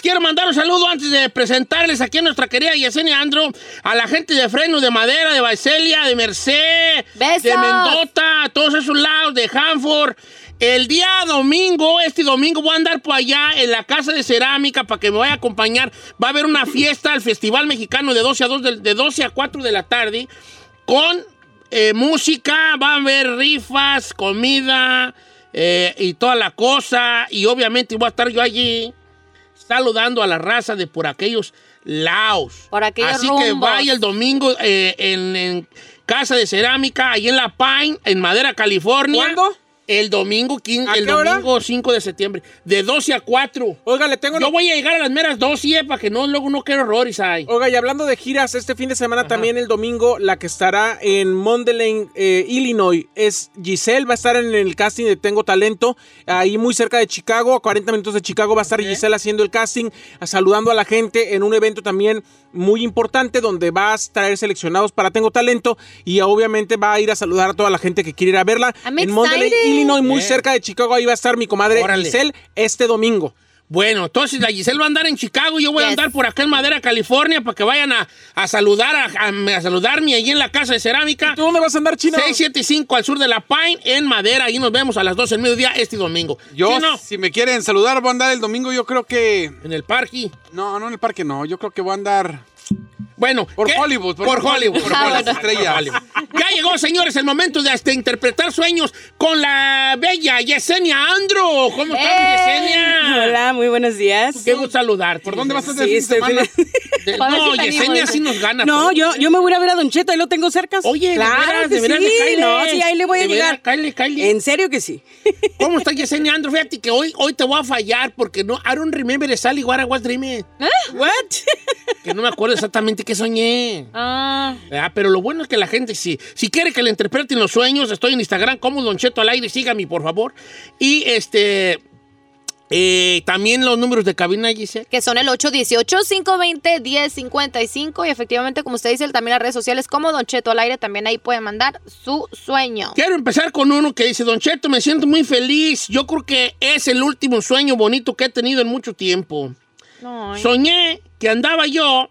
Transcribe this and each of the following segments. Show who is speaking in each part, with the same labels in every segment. Speaker 1: Quiero mandar un saludo antes de presentarles aquí a nuestra querida Yesenia Andro, a la gente de Fresno, de Madera, de Vaiselia, de Merced,
Speaker 2: Besos.
Speaker 1: de Mendota, a todos esos lados, de Hanford. El día domingo, este domingo, voy a andar por allá en la Casa de Cerámica para que me vaya a acompañar. Va a haber una fiesta al Festival Mexicano de 12 a, 2 de, de 12 a 4 de la tarde con eh, música, va a haber rifas, comida eh, y toda la cosa. Y obviamente voy a estar yo allí saludando a la raza de por aquellos laos.
Speaker 2: Por aquellos
Speaker 1: Así que
Speaker 2: rumbos.
Speaker 1: vaya el domingo eh, en, en Casa de Cerámica, ahí en La Pine, en Madera, California.
Speaker 3: ¿Cuándo?
Speaker 1: El domingo, quin-
Speaker 3: ¿A
Speaker 1: el
Speaker 3: qué hora?
Speaker 1: domingo 5 de septiembre, de 12 a 4.
Speaker 3: Oiga, le tengo...
Speaker 1: Yo voy a llegar a las meras 12 eh, para que no, luego no quiero errores ahí.
Speaker 3: Oiga, y hablando de giras, este fin de semana también el domingo, la que estará en Mondelein, eh, Illinois, es Giselle, va a estar en el casting de Tengo Talento, ahí muy cerca de Chicago, a 40 minutos de Chicago va a estar Giselle haciendo el casting, a- saludando a la gente en un evento también muy importante donde vas a traer seleccionados para Tengo Talento y obviamente va a ir a saludar a toda la gente que quiere ir a verla.
Speaker 2: I'm
Speaker 3: en Mondelein,
Speaker 2: excited.
Speaker 3: Illinois, muy
Speaker 1: Bien.
Speaker 3: cerca de Chicago, ahí va a estar mi comadre
Speaker 1: Eh. Órale.
Speaker 3: Giselle este domingo.
Speaker 1: Bueno, entonces la Giselle va a andar en Chicago, yo voy a
Speaker 2: Yes.
Speaker 1: andar por acá en Madera, California, para que vayan a, a saludar a, a- a saludarme allí en la casa de cerámica.
Speaker 3: ¿Tú dónde vas a andar, Chino?
Speaker 1: 675 al sur de La Pine, en Madera. Ahí nos vemos a las 12 del mediodía este domingo.
Speaker 4: Yo,
Speaker 1: ¿Sí, no?
Speaker 4: si me quieren saludar, voy a andar el domingo. Yo creo que.
Speaker 1: En el parque.
Speaker 4: No, no en el parque, no. Yo creo que voy a andar.
Speaker 1: Bueno.
Speaker 4: Por Hollywood,
Speaker 1: Por,
Speaker 4: por
Speaker 1: Hollywood.
Speaker 4: Hollywood,
Speaker 1: Por
Speaker 4: por
Speaker 1: Hollywood.
Speaker 4: las estrellas.
Speaker 1: Por Hollywood. Ya llegó, señores, el momento de hasta interpretar sueños con la bella Yesenia Andro. ¿Cómo estás,
Speaker 2: ¡Eh!
Speaker 1: Yesenia?
Speaker 5: Hola, muy buenos días.
Speaker 1: Qué gusto saludarte.
Speaker 4: ¿Por dónde vas a
Speaker 5: Sí,
Speaker 4: andar el fin de
Speaker 5: estoy
Speaker 4: semana?
Speaker 5: feliz.
Speaker 1: De-
Speaker 2: A ver
Speaker 1: No,
Speaker 2: si te animo,
Speaker 1: Yesenia
Speaker 2: dice.
Speaker 1: sí nos gana.
Speaker 5: No,
Speaker 1: todo.
Speaker 5: yo, yo me voy a ir a ver a Don Cheto, ahí lo tengo cerca.
Speaker 1: Oye, de
Speaker 5: claro
Speaker 1: veras, de
Speaker 5: que
Speaker 1: veras,
Speaker 5: sí,
Speaker 1: le cae,
Speaker 5: no, sí, ahí le voy a
Speaker 1: de
Speaker 5: llegar.
Speaker 1: veras, cáele, cáele.
Speaker 5: En serio que sí.
Speaker 1: ¿Cómo está Yesenia Andro? Fíjate que hoy, hoy te voy a fallar porque no, I don't remember exactly what I was dreaming.
Speaker 5: What?
Speaker 1: Que no me acuerdo exactamente qué soñé.
Speaker 2: Ah,
Speaker 1: Ah, pero lo bueno es que la gente sí. Si quiere que le interpreten los sueños, estoy en Instagram como Don Cheto al aire, sígame, por favor. Y este. eh, también los números de cabina, Giselle.
Speaker 2: que son el 818-520-1055 y efectivamente, como usted dice, también las redes sociales como Don Cheto al aire, también ahí pueden mandar su sueño.
Speaker 1: Quiero empezar con uno que dice, Don Cheto, me siento muy feliz. Yo creo que es el último sueño bonito que he tenido en mucho tiempo.
Speaker 2: No, ay.
Speaker 1: Soñé que andaba yo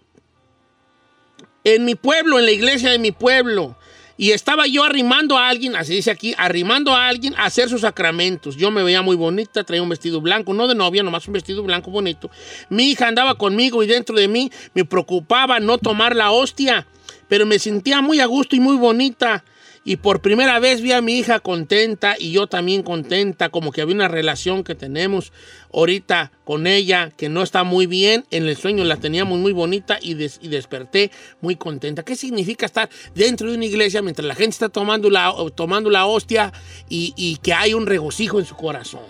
Speaker 1: en mi pueblo, en la iglesia de mi pueblo, y estaba yo arrimando a alguien, así dice aquí, arrimando a alguien a hacer sus sacramentos. Yo me veía muy bonita, traía un vestido blanco, no de novia, nomás un vestido blanco bonito. Mi hija andaba conmigo y dentro de mí me preocupaba no tomar la hostia, pero me sentía muy a gusto y muy bonita. Y por primera vez vi a mi hija contenta y yo también contenta, como que había una relación que tenemos ahorita con ella que no está muy bien. En el sueño la teníamos muy bonita y, des- y desperté muy contenta. ¿Qué significa estar dentro de una iglesia mientras la gente está tomando la, o tomando la hostia y, y que hay un regocijo en su corazón?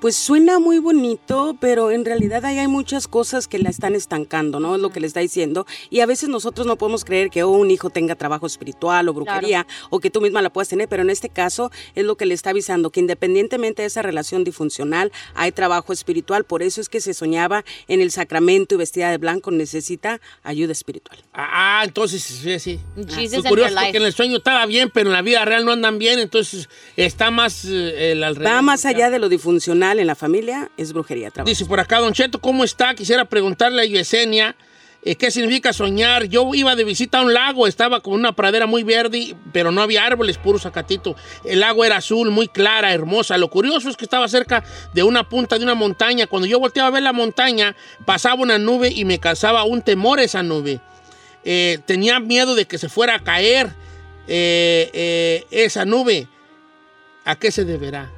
Speaker 5: Pues suena muy bonito, pero en realidad ahí hay muchas cosas que la están estancando, ¿no? Es lo que le está diciendo. Y a veces nosotros no podemos creer que oh, un hijo tenga trabajo espiritual o brujería o que tú misma la puedas tener, pero en este caso es lo que le está avisando, que independientemente de esa relación disfuncional, hay trabajo espiritual. Por eso es que se soñaba en el sacramento y vestida de blanco, necesita ayuda espiritual.
Speaker 1: Ah, ah, entonces sí, sí.
Speaker 2: Jesus
Speaker 1: Lo curioso
Speaker 2: and your
Speaker 1: es
Speaker 2: life.
Speaker 1: que en el sueño estaba bien, pero en la vida real no andan bien, entonces está más eh, el alrededor.
Speaker 5: Va más allá de lo disfuncional en la familia, es brujería. Trabajo.
Speaker 1: Dice por acá, Don Cheto, ¿cómo está? Quisiera preguntarle a Yesenia eh, qué significa soñar. Yo iba de visita a un lago, estaba con una pradera muy verde, pero no había árboles, puro zacatito. El agua era azul, muy clara, hermosa. Lo curioso es que estaba cerca de una punta de una montaña. Cuando yo volteaba a ver la montaña, pasaba una nube y me causaba un temor esa nube. Eh, tenía miedo de que se fuera a caer eh, eh, esa nube. ¿A qué se deberá?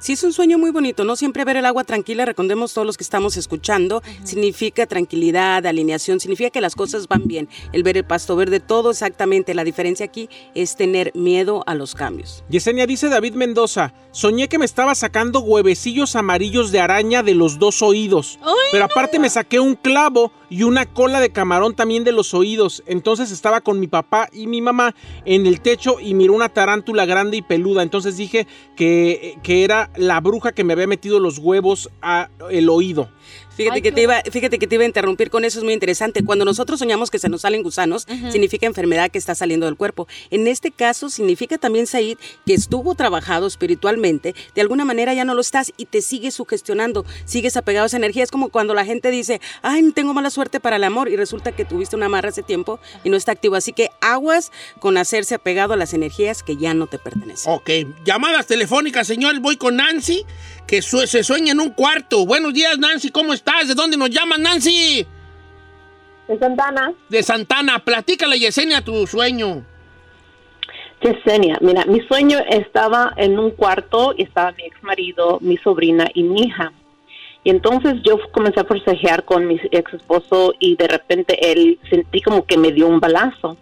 Speaker 5: sí es un sueño muy bonito, ¿no? Siempre ver el agua tranquila, recordemos todos los que estamos escuchando, significa tranquilidad, alineación, significa que las cosas van bien. El ver el pasto verde, todo exactamente. La diferencia aquí es tener miedo a los cambios.
Speaker 3: Yesenia dice David Mendoza, soñé que me estaba sacando huevecillos amarillos de araña de los dos oídos. pero aparte me saqué un clavo y una cola de camarón también de los oídos. Entonces estaba con mi papá y mi mamá en el techo y miró una tarántula grande y peluda. Entonces dije que, que era la bruja que me había metido los huevos a el oído.
Speaker 5: Fíjate,
Speaker 2: Ay,
Speaker 5: que
Speaker 2: qué
Speaker 5: te iba, fíjate que te iba a interrumpir con eso, es muy interesante. Cuando nosotros soñamos que se nos salen gusanos, significa enfermedad que está saliendo del cuerpo. En este caso, significa también, Said, que estuvo trabajado espiritualmente, de alguna manera ya no lo estás y te sigues sugestionando, sigues apegado a esa energía. Es como cuando la gente dice, ay, tengo mala suerte para el amor y resulta que tuviste una amarra hace tiempo y no está activo. Así que aguas con hacerse apegado a las energías que ya no te
Speaker 6: Oh.
Speaker 5: pertenecen.
Speaker 1: Ok, llamadas telefónicas, señor. Voy con Nancy, que su- se sueña en un cuarto. Buenos días, Nancy, ¿cómo estás? ¿De dónde nos llamas, Nancy?
Speaker 6: De Santana,
Speaker 1: De Santana. Platícale, Yesenia, tu sueño.
Speaker 6: Yesenia, mira, mi sueño estaba en un cuarto y estaba mi ex marido, mi sobrina y mi hija. Y entonces yo comencé a forcejear con mi ex esposo y de repente él sentí como que me dio un balazo.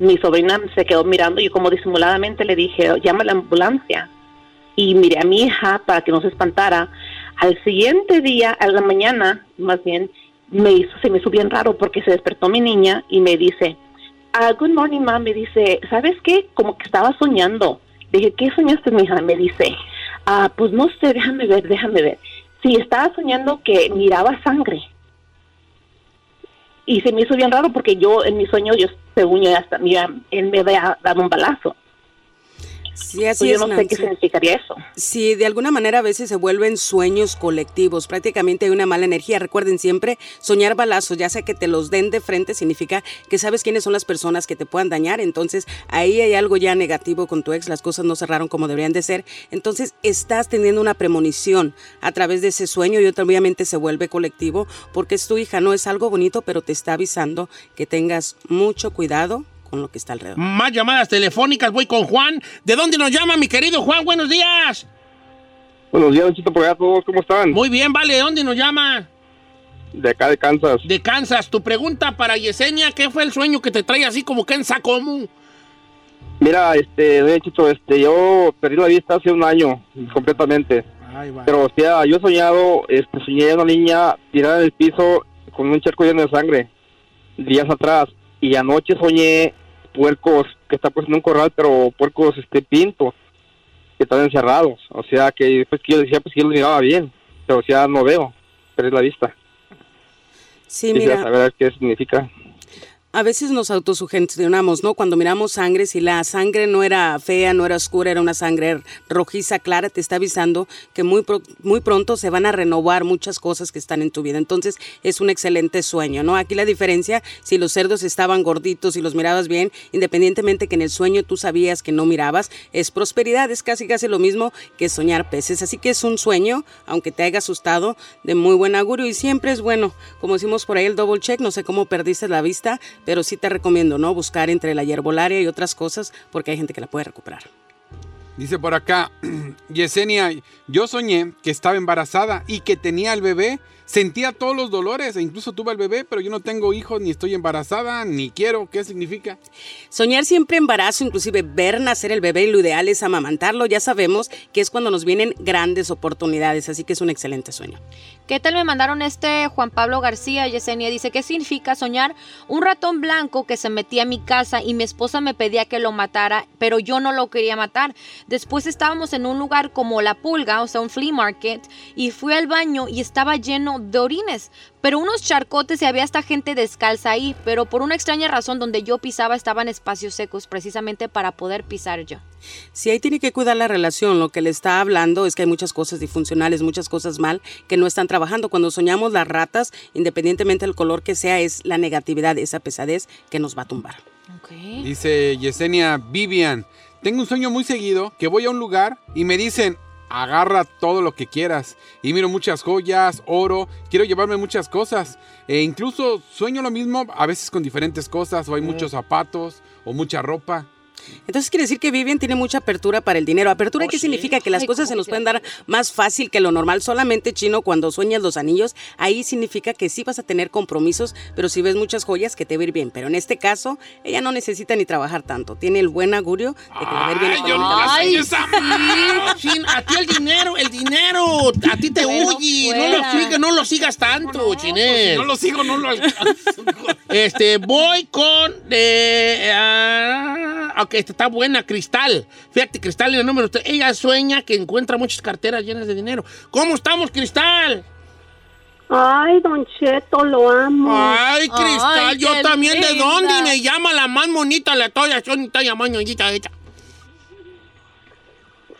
Speaker 6: Mi sobrina se quedó mirando y yo como disimuladamente le dije, llama a la ambulancia. Y miré a mi hija para que no se espantara. Al siguiente día, a la mañana, más bien, me hizo, se me hizo bien raro porque se despertó mi niña y me dice, Ah, good morning, ma. Me dice, ¿sabes qué? Como que estaba soñando. Le Dije, ¿qué soñaste, mija? Me dice, ah, pues no sé, déjame ver, déjame ver. Sí, estaba soñando que miraba sangre. Y se me hizo bien raro porque yo, en mi sueño, yo, según yo, hasta, mira, él me había dado un balazo.
Speaker 5: Sí, así
Speaker 6: Pues yo
Speaker 5: es,
Speaker 6: no sé
Speaker 5: Nancy.
Speaker 6: qué significaría eso.
Speaker 5: Sí, de alguna manera a veces se vuelven sueños colectivos. Prácticamente hay una mala energía. Recuerden siempre, soñar balazos, ya sea que te los den de frente, significa que sabes quiénes son las personas que te puedan dañar. Entonces, ahí hay algo ya negativo con tu ex, las cosas no cerraron como deberían de ser. Entonces, estás teniendo una premonición a través de ese sueño y obviamente se vuelve colectivo porque es tu hija, no es algo bonito, pero te está avisando que tengas mucho cuidado con lo que está alrededor.
Speaker 1: Más llamadas telefónicas. Voy con Juan. ¿De dónde nos llama, mi querido Juan? Buenos días.
Speaker 7: Buenos días, Chito, por allá todos, ¿cómo están?
Speaker 1: Muy bien, vale. ¿De dónde nos llama?
Speaker 7: De acá de Kansas.
Speaker 1: De Kansas. Tu pregunta para Yesenia, ¿qué fue el sueño que te trae así como que en Sacomu?
Speaker 7: Mira, este, oye, Chito, este, yo perdí la vista hace un año, completamente.
Speaker 1: Ay, va.
Speaker 7: Pero, o sea, yo he soñado, este, soñé a una niña tirada en el piso con un charco lleno de sangre, días atrás. Y anoche soñé puercos que está puesto en un corral, pero puercos, este, pintos, que están encerrados. O sea, que, pues, que yo decía, pues, que yo los miraba bien, pero, o sea, no veo, perdí la vista.
Speaker 5: Sí,
Speaker 7: Quisiera
Speaker 5: mira.
Speaker 7: saber qué significa.
Speaker 5: A veces nos autosugestionamos, ¿no? Cuando miramos sangre, si la sangre no era fea, no era oscura, era una sangre rojiza, clara, te está avisando que muy, pro- muy pronto se van a renovar muchas cosas que están en tu vida. Entonces, es un excelente sueño, ¿no? Aquí la diferencia, si los cerdos estaban gorditos y los mirabas bien, independientemente que en el sueño tú sabías que no mirabas, es prosperidad, es casi casi lo mismo que soñar peces. Así que es un sueño, aunque te haya asustado, de muy buen augurio y siempre es bueno. Como decimos por ahí el double check, no sé cómo perdiste la vista, pero sí te recomiendo, ¿no? Buscar entre la hierbolaria y otras cosas porque hay gente que la puede recuperar.
Speaker 4: Dice por acá, Yesenia, yo soñé que estaba embarazada y que tenía el bebé. Sentía todos los dolores e incluso tuve el bebé, pero yo no tengo hijos, ni estoy embarazada, ni quiero. ¿Qué significa?
Speaker 5: Soñar siempre embarazo, inclusive ver nacer el bebé, y lo ideal es amamantarlo, ya sabemos que es cuando nos vienen grandes oportunidades, así que es un excelente sueño.
Speaker 2: ¿Qué tal me mandaron este Juan Pablo García, Yesenia? Dice, ¿qué significa soñar un ratón blanco que se metía a mi casa y mi esposa me pedía que lo matara, pero yo no lo quería matar? Después estábamos en un lugar como La Pulga, o sea, un flea market, y fui al baño y estaba lleno de orines, pero unos charcotes y había hasta gente descalza ahí, pero por una extraña razón donde yo pisaba estaban espacios secos precisamente para poder pisar yo.
Speaker 5: Si ahí tiene que cuidar la relación, lo que le está hablando es que hay muchas cosas disfuncionales, muchas cosas mal que no están trabajando. Cuando soñamos las ratas, independientemente del color que sea, es la negatividad, esa pesadez que nos va a tumbar.
Speaker 4: Dice Yesenia Vivian, tengo un sueño muy seguido que voy a un lugar y me dicen, agarra todo lo que quieras. Y miro muchas joyas, oro, quiero llevarme muchas cosas. E incluso sueño lo mismo, a veces con diferentes cosas, o hay muchos zapatos, o mucha ropa.
Speaker 5: Entonces quiere decir que Vivian tiene mucha apertura para el dinero. ¿Apertura
Speaker 1: Oh,
Speaker 5: qué
Speaker 1: sí.
Speaker 5: significa? Que las
Speaker 2: Ay,
Speaker 5: cosas
Speaker 2: ¿cómo
Speaker 5: se nos
Speaker 2: se
Speaker 5: pueden dar más fácil que lo normal. Solamente chino, cuando sueñas los anillos, ahí significa que sí vas a tener compromisos, pero si ves muchas joyas que te va a ir bien. Pero en este caso, ella no necesita ni trabajar tanto. Tiene el buen augurio de que le va a ir bien
Speaker 4: Ay, yo nunca
Speaker 5: económicamente.
Speaker 4: soñé esa
Speaker 1: No, Chin, a ti el dinero, el dinero, a ti te
Speaker 2: Bueno,
Speaker 1: huye, no
Speaker 2: fuera.
Speaker 1: lo sigas, no lo sigas tanto, Chinel.
Speaker 4: Si no lo sigo, no lo alcanzo.
Speaker 1: Este, voy con. Eh, ah, ok, esta está buena, Cristal. Fíjate, Cristal en el número 3. Ella sueña que encuentra muchas carteras llenas de dinero. ¿Cómo estamos, Cristal?
Speaker 6: Ay, Don Cheto, lo amo.
Speaker 1: Ay, Cristal,
Speaker 2: Ay,
Speaker 1: yo
Speaker 2: qué
Speaker 1: también. ¿De
Speaker 2: linda.
Speaker 1: dónde? Me llama la más bonita, la toya, Sony, Taya Mañonita, esta.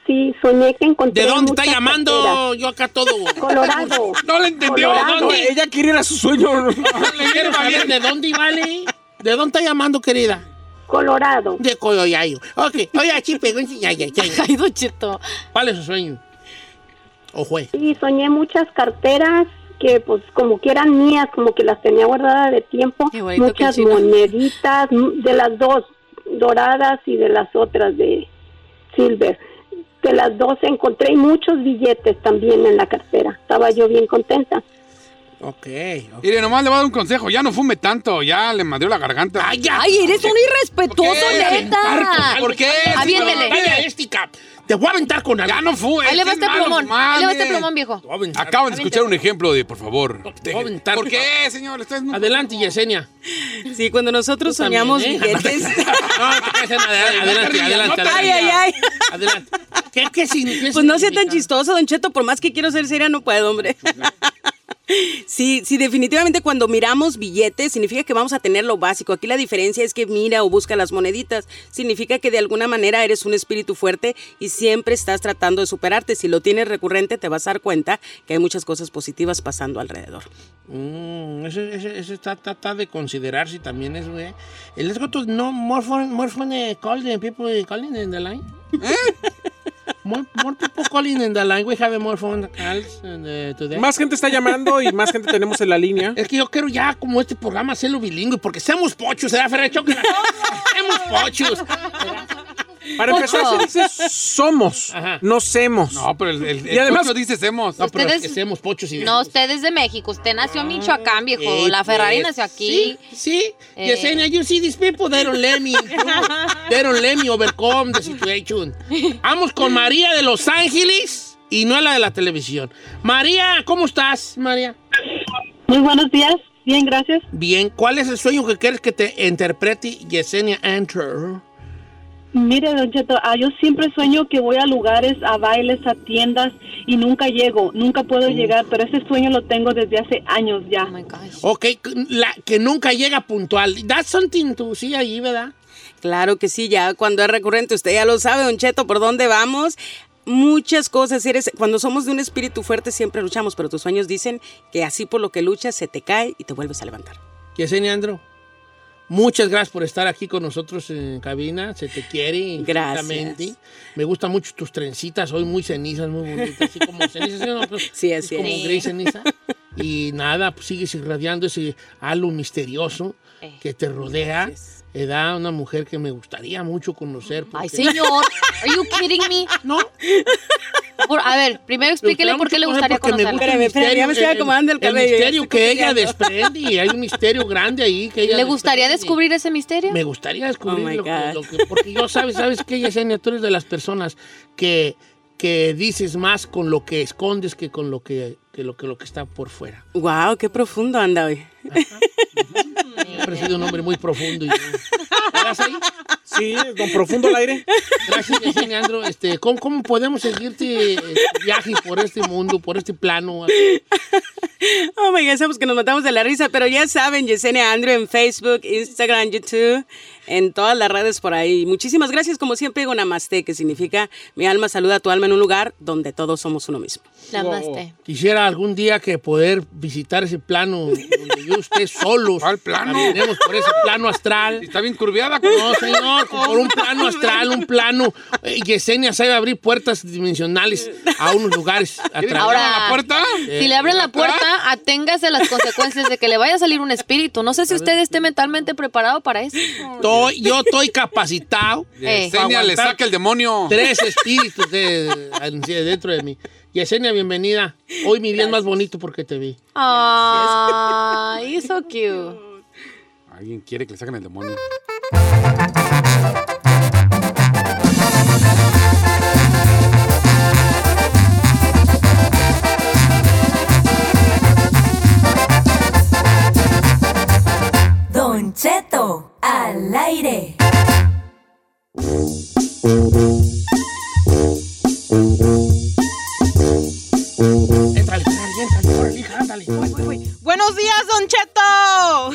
Speaker 6: Sí, soñé que encontré.
Speaker 1: ¿De dónde está
Speaker 6: muchas
Speaker 1: llamando?
Speaker 6: carteras.
Speaker 1: Yo acá todo.
Speaker 6: Colorado.
Speaker 4: No lo entendió.
Speaker 6: Colorado.
Speaker 3: No,
Speaker 1: ¿Dónde?
Speaker 3: ella quiere ir a su sueño.
Speaker 4: Le
Speaker 1: Quiero
Speaker 4: hierva
Speaker 1: saber
Speaker 4: bien.
Speaker 1: ¿De dónde, vale? ¿De dónde está llamando, querida?
Speaker 6: Colorado.
Speaker 1: De Coyoyayo. Ok, oye, chipe, ya, ya, ya, ya.
Speaker 2: Ay, Don Cheto.
Speaker 1: ¿Cuál es su sueño? O juez.
Speaker 6: Sí, soñé muchas carteras que pues como que eran mías, como que las tenía guardadas de tiempo,
Speaker 2: Qué bonito
Speaker 6: muchas
Speaker 2: que el chino.
Speaker 6: moneditas mm, de las dos doradas y de las otras de silver. De las dos encontré y muchos billetes también en la cartera. Estaba yo bien contenta.
Speaker 1: Ok, ok.
Speaker 4: Mire, nomás le voy a dar un consejo. Ya no fume tanto. Ya le mandó la garganta.
Speaker 1: Ay, ya.
Speaker 2: Ay, eres un irrespetuoso,
Speaker 4: ¿Por qué?
Speaker 2: neta.
Speaker 4: ¿Por qué?
Speaker 2: Aviéntele.
Speaker 1: Dale a este, cap. Te voy a aventar con algo.
Speaker 4: Ya no fume.
Speaker 2: Ahí le va
Speaker 4: es
Speaker 2: este
Speaker 4: malo
Speaker 2: plumón.
Speaker 4: fumar,
Speaker 2: Ahí le va este
Speaker 4: mire.
Speaker 2: plumón, viejo.
Speaker 1: Te voy a aventar.
Speaker 4: Acaban de escuchar un ejemplo de, por favor.
Speaker 1: Te voy a aventar.
Speaker 4: ¿Por qué, señor? Ustedes no-
Speaker 1: Adelante, Yesenia.
Speaker 5: Sí, cuando nosotros soñamos
Speaker 1: También, ¿eh?
Speaker 5: billetes.
Speaker 1: No, no te creas, adelante, adelante, adelante.
Speaker 4: No te
Speaker 5: ay, ay, ay.
Speaker 1: Adelante. ¿Qué, qué significa?
Speaker 5: Pues no sea tan chistoso, Don Cheto, por más que quiero ser seria, no puedo, hombre. Sí, sí, definitivamente cuando miramos billetes significa que vamos a tener lo básico. Aquí la diferencia es que mira o busca las moneditas. Significa que de alguna manera eres un espíritu fuerte y siempre estás tratando de superarte. Si lo tienes recurrente te vas a dar cuenta que hay muchas cosas positivas pasando alrededor.
Speaker 1: Mm, eso, eso, eso está, está- está de considerarse también eso, eh. El escoto no more fun, more fun eh, calling people eh, calling in the line. More, more people calling in the line. We have more fun calls eh, today.
Speaker 3: más gente está llamando y más gente tenemos en la línea.
Speaker 1: Es que yo quiero ya, como este programa, hacerlo bilingüe, porque seamos pochos, ¿verdad, Ferrecho? Seamos pochos.
Speaker 3: Para empezar, se dice somos,
Speaker 1: Ajá.
Speaker 3: no semos.
Speaker 4: No, pero el, el,
Speaker 3: Y además-
Speaker 4: el pocho dice semos.
Speaker 1: No, pero es que
Speaker 2: Ustedes-
Speaker 1: seamos pochos y
Speaker 2: No, usted es de México. Usted nació en Michoacán, viejo.
Speaker 1: Eh,
Speaker 2: la Ferrari
Speaker 1: pues,
Speaker 2: nació aquí.
Speaker 1: Sí, sí.
Speaker 2: Eh.
Speaker 1: Yesenia, you see these people, they don't let me. They don't let me overcome the situation. Vamos con María de Los Ángeles y no a la de la televisión. María, ¿cómo estás, María?
Speaker 6: Muy buenos días. Bien, gracias.
Speaker 1: Bien, ¿cuál es el sueño que quieres que te interprete Yesenia Enter?
Speaker 6: Mire, Don Cheto, ah, yo siempre sueño que voy a lugares, a bailes, a tiendas y nunca llego, nunca puedo llegar, pero ese sueño lo tengo desde hace años ya.
Speaker 2: Oh my gosh.
Speaker 1: Ok, la que nunca llega puntual. That's something to see ahí, ¿verdad?
Speaker 5: Claro que sí, ya cuando es recurrente, usted ya lo sabe, Don Cheto, por dónde vamos. Muchas cosas, eres, cuando somos de un espíritu fuerte siempre luchamos, pero tus sueños dicen que así por lo que luchas se te cae y te vuelves a levantar.
Speaker 1: Yesenia Andro, muchas gracias por estar aquí con nosotros en cabina. Se te quiere.
Speaker 5: Gracias.
Speaker 1: infinitamente. Me gustan mucho tus trencitas. Hoy muy cenizas, muy bonitas. Así como cenizas. ¿sí o no? Pues,
Speaker 5: Sí, así
Speaker 1: Es como
Speaker 5: es.
Speaker 1: gris ceniza. Y nada, pues sigues irradiando ese halo misterioso
Speaker 2: Eh.
Speaker 1: que te rodea.
Speaker 5: Gracias.
Speaker 1: Edad, una mujer que me gustaría mucho conocer.
Speaker 2: Ay,
Speaker 1: porque-
Speaker 2: señor. Are you kidding me?
Speaker 1: No,
Speaker 2: Por- a ver, primero explíquele por qué le gustaría
Speaker 1: porque me gusta
Speaker 2: conocerla.
Speaker 1: el
Speaker 5: Espérame, espérame, ya me estoy
Speaker 1: misterio, el-
Speaker 5: acomodando el cabello, ya
Speaker 1: misterio
Speaker 5: estoy
Speaker 1: que ella
Speaker 5: coqueteando.
Speaker 1: desprende y hay un misterio grande ahí que ella
Speaker 2: ¿Le gustaría
Speaker 1: desprende.
Speaker 2: descubrir ese misterio?
Speaker 1: Me gustaría descubrir
Speaker 5: Oh, my
Speaker 1: lo, que,
Speaker 5: God.
Speaker 1: lo que- Porque yo, ¿sabes? ¿Sabes qué, Yesenia? Tú eres de las personas que, que dices más con lo que escondes que con lo que, que lo, que lo que está por fuera.
Speaker 5: Wow, qué profundo anda hoy.
Speaker 1: Siempre he sido un hombre muy profundo. Y, ¿Estás ahí?
Speaker 3: Sí, don profundo al aire.
Speaker 1: Gracias, Yesenia Andro. Este, ¿cómo, cómo podemos seguirte eh, viaje por este mundo, por este plano?
Speaker 5: Oh my God, sabemos que nos matamos de la risa, pero ya saben, Yesenia Andrew en Facebook, Instagram, YouTube, en todas las redes por ahí. Muchísimas gracias, como siempre digo, Namaste, que significa mi alma saluda a tu alma en un lugar donde todos somos uno mismo.
Speaker 2: Namaste.
Speaker 1: Quisiera algún día que poder visitar ese plano donde yo esté solo.
Speaker 4: ¿Cuál plano?
Speaker 1: Caminemos por ese plano astral.
Speaker 4: Está bien curviada.
Speaker 1: No, señor, por un plano astral, un plano. Eh, Yesenia sabe abrir puertas dimensionales a unos lugares. a través-
Speaker 2: Ahora-
Speaker 4: ¿La puerta?
Speaker 2: Si
Speaker 1: Eh,
Speaker 2: le abren la puerta, aténgase a las consecuencias de que le vaya a salir un espíritu. No sé si usted esté mentalmente preparado para eso.
Speaker 1: Yo, yo estoy capacitado.
Speaker 2: Eh.
Speaker 4: Yesenia le
Speaker 1: Aguantar.
Speaker 4: saca el demonio.
Speaker 1: Tres espíritus de, de dentro de mí. Yesenia, bienvenida. Hoy mi día es más bonito porque te vi.
Speaker 2: Ay, so cute.
Speaker 4: Alguien quiere que le saquen el demonio.
Speaker 8: Don Cheto, al aire.
Speaker 1: Éntrale, ándale, éntrale, órale, hija, ándale.
Speaker 9: Buenos días, Don Cheto.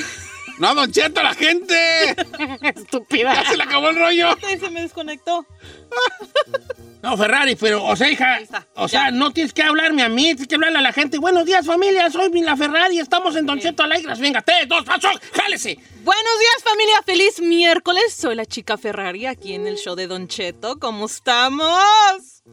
Speaker 4: ¡No, Don Cheto, la gente!
Speaker 2: Estúpida.
Speaker 4: ¡Ya se le acabó el rollo!
Speaker 9: Ay, se me desconectó.
Speaker 1: No, Ferrari, pero, o sea, hija,
Speaker 9: está,
Speaker 1: o sea, no tienes que hablarme a mí, tienes que hablarle a la gente. Buenos días, familia, soy la Ferrari, estamos en Don Cheto Alegras. Venga, tres, dos, pasos, jálese.
Speaker 9: Buenos días, familia. Feliz miércoles. Soy la chica Ferrari aquí en el show de Don Cheto. ¿Cómo estamos?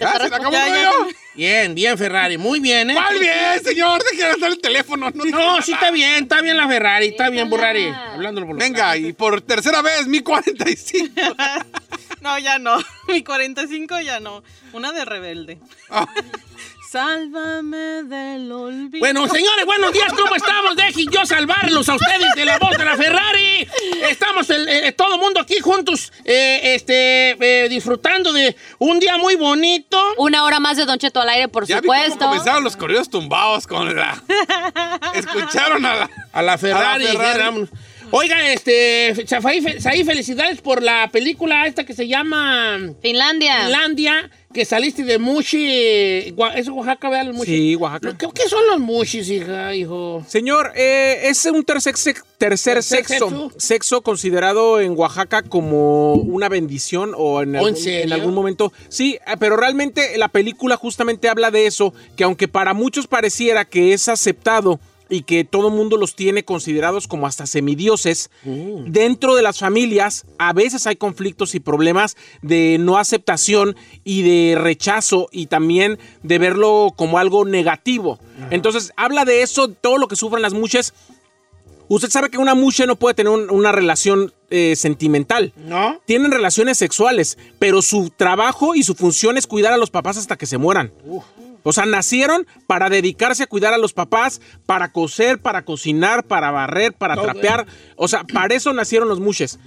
Speaker 4: ¡Ya se le acabó el
Speaker 9: Ya, ya.
Speaker 4: rollo!
Speaker 1: Bien, bien, Ferrari, muy bien, ¿eh?
Speaker 4: ¡Mal bien, señor! ¡Deje de gastar el teléfono! No,
Speaker 1: No, sí está bien, está bien la Ferrari, está bien,
Speaker 2: Déjala.
Speaker 1: Burrari. Hablándolo por los
Speaker 4: Venga,
Speaker 1: carros.
Speaker 4: y por tercera vez, mi 45.
Speaker 9: No, ya no. Mi 45 ya no. Una de rebelde.
Speaker 4: Ah.
Speaker 9: Sálvame del olvido.
Speaker 1: Bueno, señores, buenos días, ¿cómo estamos? Dejen yo salvarlos a ustedes de la voz de la Ferrari. Estamos el, eh, todo el mundo aquí juntos, eh, este, eh, disfrutando de un día muy bonito.
Speaker 2: Una hora más de Don Cheto al aire, por
Speaker 4: Ya vi cómo
Speaker 2: supuesto.
Speaker 4: comenzaron los corridos tumbados con la... Escucharon a la...
Speaker 1: A la Ferrari.
Speaker 4: A la Ferrari.
Speaker 1: vámonos. Oiga, este, Saí, fe- Saí, felicidades por la película esta que se llama
Speaker 2: Finlandia.
Speaker 1: Finlandia, que saliste de Mushi. Gua- ¿Es Oaxaca, vea los Mushi?
Speaker 3: Sí, Oaxaca.
Speaker 1: ¿Qué, qué son los Mushis, hija, hijo?
Speaker 3: Señor, eh, es un tercer, sec- tercer sexo,
Speaker 1: sexo?
Speaker 3: sexo. considerado en Oaxaca como una bendición o
Speaker 1: ¿O ¿Oh, en
Speaker 3: en algún,
Speaker 1: serio?
Speaker 3: en algún momento. Sí, eh, pero realmente la película justamente habla de eso, que aunque para muchos pareciera que es aceptado y que todo el mundo los tiene considerados como hasta semidioses,
Speaker 1: Mm.
Speaker 3: dentro de las familias a veces hay conflictos y problemas de no aceptación y de rechazo y también de verlo como algo negativo. Entonces habla de eso, todo lo que sufren las muchas. Usted sabe que una mucha no puede tener un- una relación eh, sentimental.
Speaker 1: ¿No?
Speaker 3: Tienen relaciones sexuales, pero su trabajo y su función es cuidar a los papás hasta que se mueran. O sea, nacieron para dedicarse a cuidar a los papás, para coser, para cocinar, para barrer, para
Speaker 1: Todo
Speaker 3: trapear. O sea, para eso nacieron los mushes.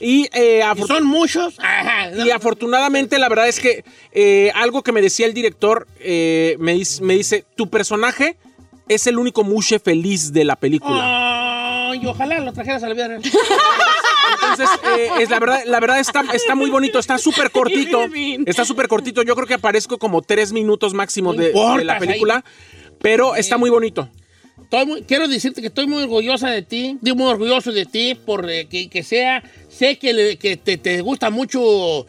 Speaker 3: Y, eh,
Speaker 1: ¿Y
Speaker 3: afortun-
Speaker 1: ¿Son muchos? Ajá.
Speaker 3: y afortunadamente, la verdad es que eh, algo que me decía el director, eh, me, dis- me dice, tu personaje es el único mushe feliz de la película.
Speaker 1: Ay, ojalá lo trajeras a la vida real.
Speaker 3: Entonces, eh, es la verdad, la verdad está, está muy bonito, está súper cortito. Está súper cortito. Yo creo que aparezco como tres minutos máximo
Speaker 1: No
Speaker 3: de, de
Speaker 1: importa,
Speaker 3: la película. Pero está muy bonito.
Speaker 1: Estoy muy- quiero decirte que estoy muy orgullosa de ti, estoy muy orgulloso de ti por eh, que, que sea, sé que, le- que te, te gusta mucho,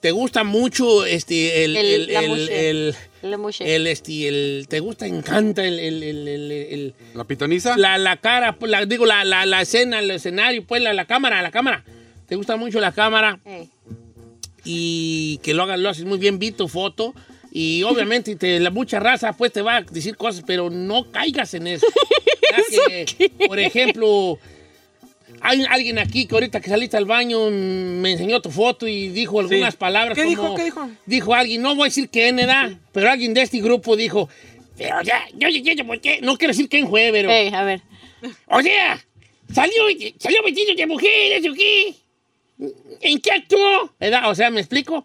Speaker 1: te gusta mucho este el,
Speaker 2: El-
Speaker 1: el,
Speaker 2: la
Speaker 1: el-
Speaker 2: mushe.
Speaker 1: el-
Speaker 2: Le muche.
Speaker 1: el, este, el- te gusta, encanta el, el- el- el- el-
Speaker 4: ¿La pitoniza?
Speaker 1: la, la cara, pues, la, digo, la, la, la escena, el escenario, pues la, la cámara, la cámara. Te gusta mucho la cámara
Speaker 2: Ey.
Speaker 1: y que lo hagas, lo haces muy bien, vi tu foto. Y obviamente te, la mucha raza pues te va a decir cosas, pero no caigas en eso. Ya que, por ejemplo, hay alguien aquí que ahorita que saliste al baño mm, me enseñó tu foto y dijo algunas palabras.
Speaker 3: ¿Qué dijo?
Speaker 1: como-
Speaker 3: ¿Qué dijo?
Speaker 1: Dijo alguien, no voy a decir quién era, pero alguien de este grupo dijo, pero ya, yo yo, yo, ¿por qué? No quiero decir quién fue, pero...
Speaker 2: Ey, a ver.
Speaker 1: O sea, salió, salió vestido de mujer, eso qué. ¿En qué actuó? ¿Verdad? O sea, ¿me explico?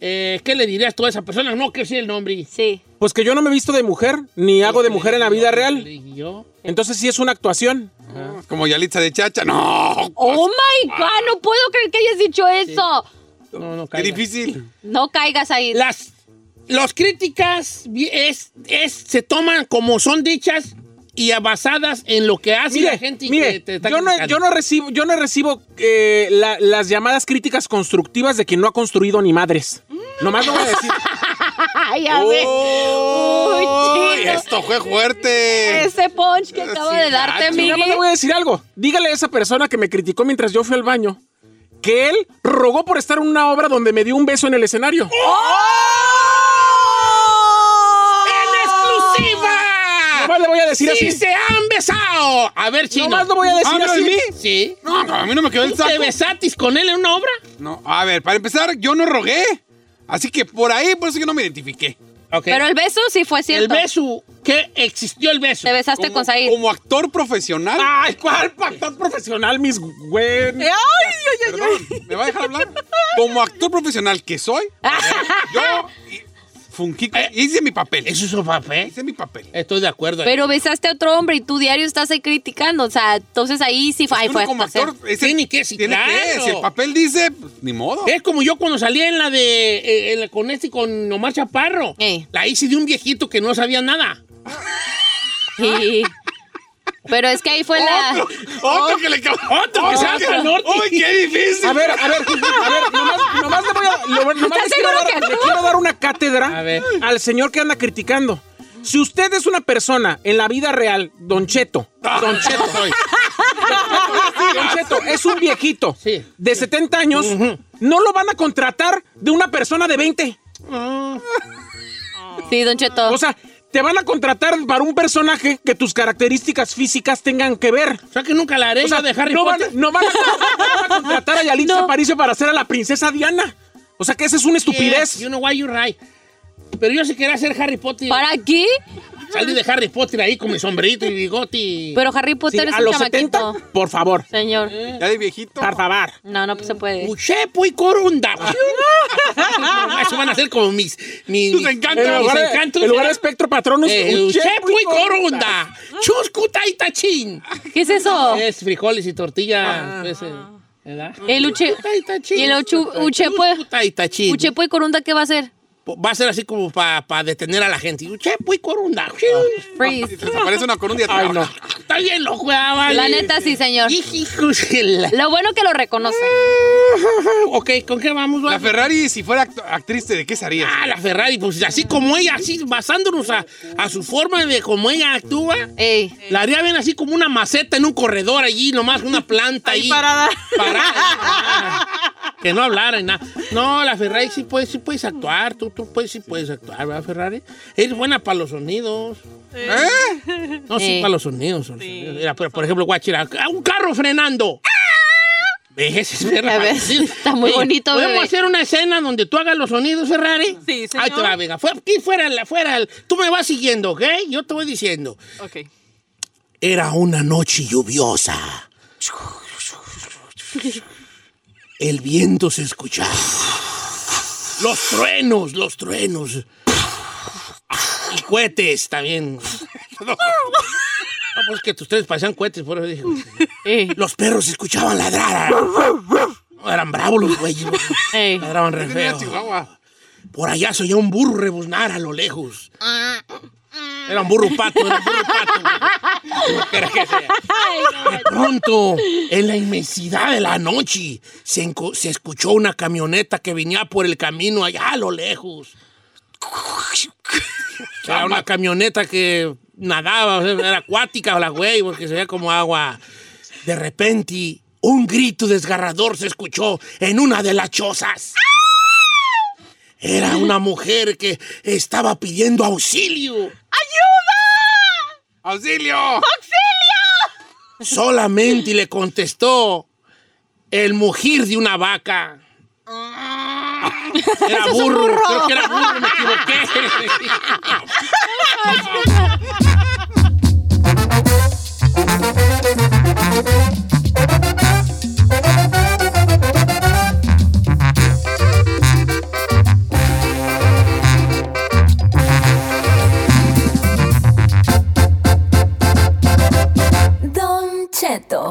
Speaker 1: Eh, ¿Qué le dirías tú a esa persona? No quiero decir el nombre.
Speaker 2: Sí.
Speaker 3: Pues que yo no me he visto de mujer, ni hago de mujer en la vida
Speaker 1: Le
Speaker 3: real.
Speaker 1: dije yo.
Speaker 3: Entonces sí es una actuación.
Speaker 4: Como Yalitza de Chacha. ¡No!
Speaker 2: Oh my God, no puedo creer que hayas dicho eso.
Speaker 1: No, no,
Speaker 4: ¡Qué
Speaker 1: caigas.
Speaker 4: difícil!
Speaker 2: No caigas ahí.
Speaker 1: Las los críticas vi- es, es, se toman como son dichas y basadas en lo que hace la
Speaker 3: Mire,
Speaker 1: gente y que
Speaker 3: mire,
Speaker 1: te está
Speaker 3: yo, no,
Speaker 1: criticando.
Speaker 3: yo no recibo, yo no recibo eh, la- las llamadas críticas constructivas de quien no ha construido ni madres. Nomás lo voy a decir.
Speaker 2: Ay, a ver.
Speaker 4: ¡Uy,
Speaker 2: chido.
Speaker 4: esto fue fuerte!
Speaker 2: Ese punch que acabo
Speaker 4: Sí,
Speaker 2: de darte,
Speaker 4: gacho.
Speaker 3: Nada más le
Speaker 2: Miguel.
Speaker 3: voy a decir algo. Dígale a esa persona que me criticó mientras yo fui al baño que él rogó por estar en una obra donde me dio un beso en el escenario.
Speaker 1: Ah. ¡Oh! ¡En exclusiva!
Speaker 3: Nomás le voy a decir
Speaker 1: ¡Sí
Speaker 3: así.
Speaker 1: se han besado! A ver, chino.
Speaker 3: ¿Nomás lo voy a decir
Speaker 1: ¿Hablo
Speaker 3: así?
Speaker 1: de mí? Sí.
Speaker 4: No, a mí no me quedó el
Speaker 1: ¿Tú te
Speaker 4: saco.
Speaker 1: besatis con él en una obra?
Speaker 4: No, a ver, para empezar, yo no rogué. Así que por ahí, por eso yo no me identifiqué.
Speaker 1: Ok.
Speaker 2: Pero el beso sí fue
Speaker 1: el
Speaker 2: cierto.
Speaker 1: beso. ¿Qué existió el beso?
Speaker 2: Te besaste
Speaker 4: Como,
Speaker 2: con Said.
Speaker 4: como actor profesional.
Speaker 1: Ah.
Speaker 3: Ay, ¿cuál pactad profesional, mis güey?
Speaker 9: Eh, ¡Ay, ay, ay, ay!
Speaker 4: Perdón, ¿me va a dejar hablar? Como actor profesional que soy,
Speaker 2: Ah,
Speaker 1: Ah.
Speaker 4: yo y- fungí, hice mi papel.
Speaker 1: ¿Eso es un papel?
Speaker 4: Hice mi papel.
Speaker 1: Estoy de acuerdo.
Speaker 2: Pero besaste a otro hombre y tú diario estás ahí criticando. O sea, entonces ahí sí fue. Ahí
Speaker 4: Uno
Speaker 2: fue
Speaker 4: como
Speaker 2: actuación.
Speaker 4: actor es
Speaker 1: Tiene que, sí,
Speaker 4: tiene que,
Speaker 1: claro.
Speaker 4: Si el papel dice, pues, ni modo.
Speaker 1: Es como yo cuando salí en la de. eh, en la- con este y con Omar Chaparro.
Speaker 2: Eh.
Speaker 1: La hice de un viejito que no sabía nada.
Speaker 2: Sí. Pero es que ahí fue la.
Speaker 4: Otro que le ca-
Speaker 1: Otro que se va para el norte.
Speaker 4: ¡Uy, qué difícil!
Speaker 3: A ver, a ver, a ver, nomás, nomás le voy a. le voy- nomás
Speaker 2: ¿Estás
Speaker 3: le quiero,
Speaker 2: seguro
Speaker 3: dar,
Speaker 2: que
Speaker 3: le
Speaker 2: actúa?
Speaker 3: quiero dar una cátedra
Speaker 1: A ver.
Speaker 3: al señor que anda criticando. Si usted es una persona en la vida real, Don Cheto,
Speaker 1: Ah.
Speaker 3: Don Cheto, Don Cheto es un viejito
Speaker 1: Sí.
Speaker 3: de 70 años, no lo van a contratar de una persona de 20.
Speaker 2: Sí, Don Cheto.
Speaker 3: O sea, te van a contratar para un personaje que tus características físicas tengan que ver.
Speaker 1: O sea que nunca la haré
Speaker 3: O sea,
Speaker 1: yo de Harry
Speaker 3: no, van,
Speaker 1: Potter.
Speaker 3: no van a, no van a contratar a Yalitza Aparicio para hacer a la princesa Diana. O sea que esa es una estupidez.
Speaker 1: Yes, You know why you're right. Pero yo sí quería ser Harry Potter.
Speaker 2: ¿Para qué?
Speaker 1: Salí de Harry Potter ahí con mi sombrerito y bigote. y-
Speaker 2: Pero Harry
Speaker 3: Sí,
Speaker 2: Potter es
Speaker 3: a
Speaker 2: un
Speaker 3: los
Speaker 2: chamaquito.
Speaker 3: 70, por favor,
Speaker 2: Señor.
Speaker 4: Ya de viejito.
Speaker 3: por favor.
Speaker 2: No, no se puede.
Speaker 1: Uche, puy, pues, corunda. Eso van a ser como mis. mis
Speaker 4: Tus
Speaker 1: mis-
Speaker 4: encantos.
Speaker 1: mis
Speaker 3: En lugar, de-
Speaker 1: Ah. encantos,
Speaker 3: en lugar de
Speaker 1: ¿verdad?
Speaker 3: espectro patronus,
Speaker 1: Eh,
Speaker 3: un
Speaker 1: Uche,
Speaker 3: chepo y
Speaker 1: puy,
Speaker 3: corta.
Speaker 1: corunda. Chuscuta y tachín.
Speaker 2: ¿Qué es eso?
Speaker 1: Es frijoles y tortilla. pues, eh, ¿Verdad?
Speaker 2: Ah. El uche-
Speaker 1: Chuscuta y tachín.
Speaker 2: y el uchu-
Speaker 1: Chuscuta-
Speaker 2: uchepo-
Speaker 1: chuscuta y tachín.
Speaker 2: Uchepo y Corunda, ¿qué va a hacer?
Speaker 1: Va a ser así como para detener a la gente. Uchepo y corunda.
Speaker 4: Y
Speaker 2: Ah. Freeze.
Speaker 4: te desaparece una corona un día.
Speaker 3: Ay, no.
Speaker 1: Está bien loco, ¿verdad? vale.
Speaker 2: La neta, sí, señor.
Speaker 1: Hijos de la-
Speaker 2: Lo bueno que lo reconoce.
Speaker 1: Ok, ¿con qué vamos?
Speaker 4: La
Speaker 1: vale?
Speaker 4: Ferrari, si fuera act- actriz, ¿de qué sería?
Speaker 1: Ah, la Ferrari, pues así como ella, así basándonos a, a su forma de cómo ella actúa,
Speaker 2: Ey.
Speaker 1: la haría bien así como una maceta en un corredor allí, nomás una planta ahí.
Speaker 9: Ahí parada.
Speaker 1: Parada, ah, que no hablara y nada. No, la Ferrari sí puedes, sí puedes actuar, tú, tú puedes, sí puedes actuar, ¿verdad, Ferrari? Eres buena para los sonidos.
Speaker 4: ¿Eh?
Speaker 1: No, sí,
Speaker 2: Eh.
Speaker 1: para los sonidos. los sonidos. Mira, por, por ejemplo, guachira, ¡ah, un carro frenando.
Speaker 9: ¡Ah!
Speaker 1: ¿Ves? Es verdad.
Speaker 2: A ver,
Speaker 1: Sí.
Speaker 2: está muy bonito,
Speaker 1: ¿Podemos
Speaker 2: bebé.
Speaker 1: hacer una escena donde tú hagas los sonidos, Ferrari?
Speaker 9: Sí, señor.
Speaker 1: Ahí te va, venga. Fuera, aquí fuera, la- fuera. el- Tú me vas siguiendo, ¿ok? Yo te voy diciendo.
Speaker 9: Ok.
Speaker 1: Era una noche lluviosa. El viento se escuchaba. Los truenos, los truenos. Y cohetes también. No, pues que ustedes pasan cohetes, por eso dije. Los perros se escuchaban ladrar. Eran bravos los güeyes.
Speaker 9: Eh,
Speaker 2: Ey.
Speaker 1: Ladraban re
Speaker 4: Tenía
Speaker 1: feo.
Speaker 4: Chihuahua.
Speaker 1: Por allá se oía un burro rebuznar a lo lejos. Era un burro pato, era un burro pato. güey. Lo que era que sea. De pronto, en la inmensidad de la noche, se, enco- se escuchó una camioneta que venía por el camino allá a lo lejos. Era una camioneta que nadaba, o sea, era acuática la güey, porque se veía como agua. De repente, un grito desgarrador se escuchó en una de las chozas. Era una mujer que estaba pidiendo auxilio.
Speaker 4: ¡Auxilio!
Speaker 1: Solamente le contestó el mugir de una vaca. Era burro, creo que era burro, me equivoqué.
Speaker 8: Don Cheto.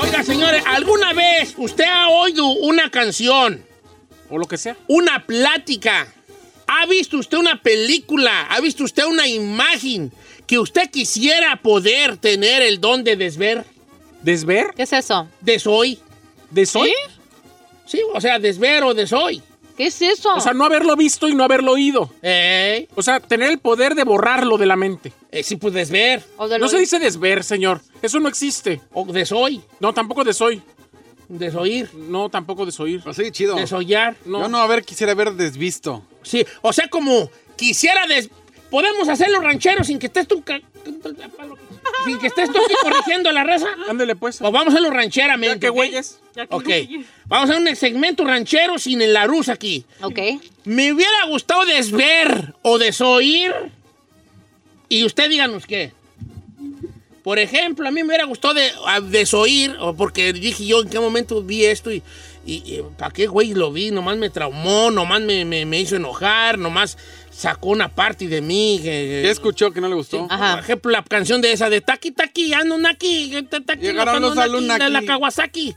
Speaker 1: Oiga, señores, ¿alguna vez usted ha oído una canción,
Speaker 3: O lo que sea.
Speaker 1: una plática? ¿Ha visto usted una película? ¿Ha visto usted una imagen que usted quisiera poder tener el don de desver?
Speaker 3: ¿Desver?
Speaker 2: ¿Qué es eso?
Speaker 1: ¿Desoy?
Speaker 3: ¿Desoy?
Speaker 1: Sí, o sea, desver o desoy.
Speaker 2: ¿Qué es eso?
Speaker 3: O sea, no haberlo visto y no haberlo oído.
Speaker 1: ¿Eh?
Speaker 3: O sea, tener el poder de borrarlo de la mente.
Speaker 1: eh, sí, pues desver
Speaker 2: O de
Speaker 3: No
Speaker 2: lo-
Speaker 3: se dice desver, señor. Eso no existe.
Speaker 1: o desoy.
Speaker 3: No, tampoco desoy.
Speaker 1: Desoír.
Speaker 3: No, tampoco desoír.
Speaker 4: Así, Pues chido.
Speaker 1: Desollar.
Speaker 4: No. Yo no, a ver, quisiera haber desvisto.
Speaker 1: Sí, o sea, como quisiera des... Podemos hacerlo ranchero sin que estés tú... ca- Sin que estés tú aquí corrigiendo a la raza.
Speaker 3: Ándale, pues.
Speaker 1: Pues vamos a hacerlo rancheramente.
Speaker 3: Ya que
Speaker 1: ¿ok?
Speaker 3: güeyes.
Speaker 9: Ya que
Speaker 1: Ok.
Speaker 9: güeyes.
Speaker 1: Vamos a hacer un segmento ranchero sin el Larus aquí.
Speaker 2: Ok.
Speaker 1: Me hubiera gustado desver o desoír. Y usted díganos qué. Por ejemplo, a mí me hubiera gustado de- a- desoír, o porque dije yo en qué momento vi esto y, para qué güey lo vi, nomás me traumó, nomás me, me- me hizo enojar, nomás sacó una parte de mí. que-
Speaker 4: ¿Qué escuchó que no le gustó?
Speaker 2: Ajá.
Speaker 1: Por ejemplo, la canción de esa de Taki Taki, Anunnaki, Taki,
Speaker 4: Llegaron los
Speaker 1: Anunnaki,
Speaker 4: Anunnaki.
Speaker 1: de la Kawasaki.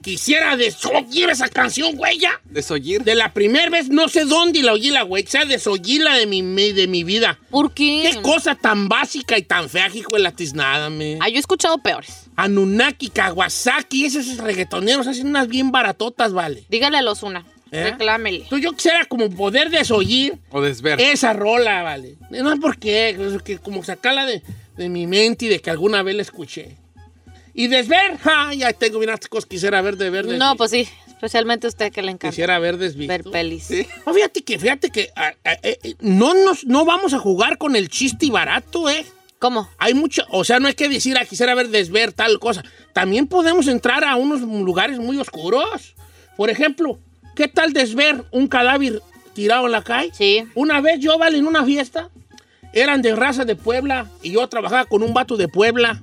Speaker 1: Quisiera desoír esa canción, güey, ya.
Speaker 4: Desoyir.
Speaker 1: De la primera vez, no sé dónde la oí la güey. O sea, desoyí la de mi, mi- de mi vida.
Speaker 2: ¿Por qué?
Speaker 1: Qué cosa tan básica y tan fea, hijo de la tiznada, me.
Speaker 2: Ah, yo he escuchado peores.
Speaker 1: Anunnaki, Kawasaki, esos reggaetoneros hacen unas bien baratotas, vale.
Speaker 2: Dígale a los una.
Speaker 1: ¿Eh?
Speaker 2: Reclámele.
Speaker 1: Entonces yo quisiera como poder desoyir
Speaker 4: O
Speaker 2: Eh,
Speaker 4: desver.
Speaker 1: esa rola, vale. No sé por qué, es que como sacarla de, de mi mente y de que alguna vez la escuché. Y desver, ja, ya tengo bien hartas cosas que quisiera ver de ver.
Speaker 2: No, pues sí. Especialmente a usted que le encanta
Speaker 1: Quisiera ver desvisto.
Speaker 2: ver pelis.
Speaker 1: No, fíjate que, fíjate que ah, ah, eh, eh, no, nos, no vamos a jugar con el chiste y barato, ¿eh?
Speaker 2: ¿Cómo?
Speaker 1: Hay mucho, o sea, no hay que decir, ah, quisiera ver desver tal cosa. También podemos entrar a unos lugares muy oscuros. Por ejemplo, ¿qué tal desver un cadáver tirado en la calle?
Speaker 2: Sí.
Speaker 1: Una vez yo, vale, en una fiesta, eran de raza de Puebla y yo trabajaba con un vato de Puebla.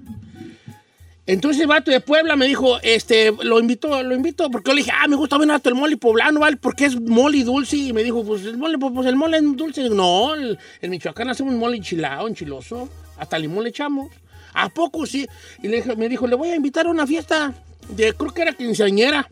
Speaker 1: Entonces el vato de Puebla me dijo, este, lo invito, lo invito, porque yo le dije, ah, me gusta bien harto el mole poblano, ¿vale? Porque es mole dulce. Y me dijo, pues el mole, pues, pues, el mole es dulce. Y digo, no, el- en Michoacán hacemos mole enchilado, enchiloso, hasta limón le echamos. ¿A poco sí? Y le dije- me dijo, le voy a invitar a una fiesta de, creo que era quinceañera.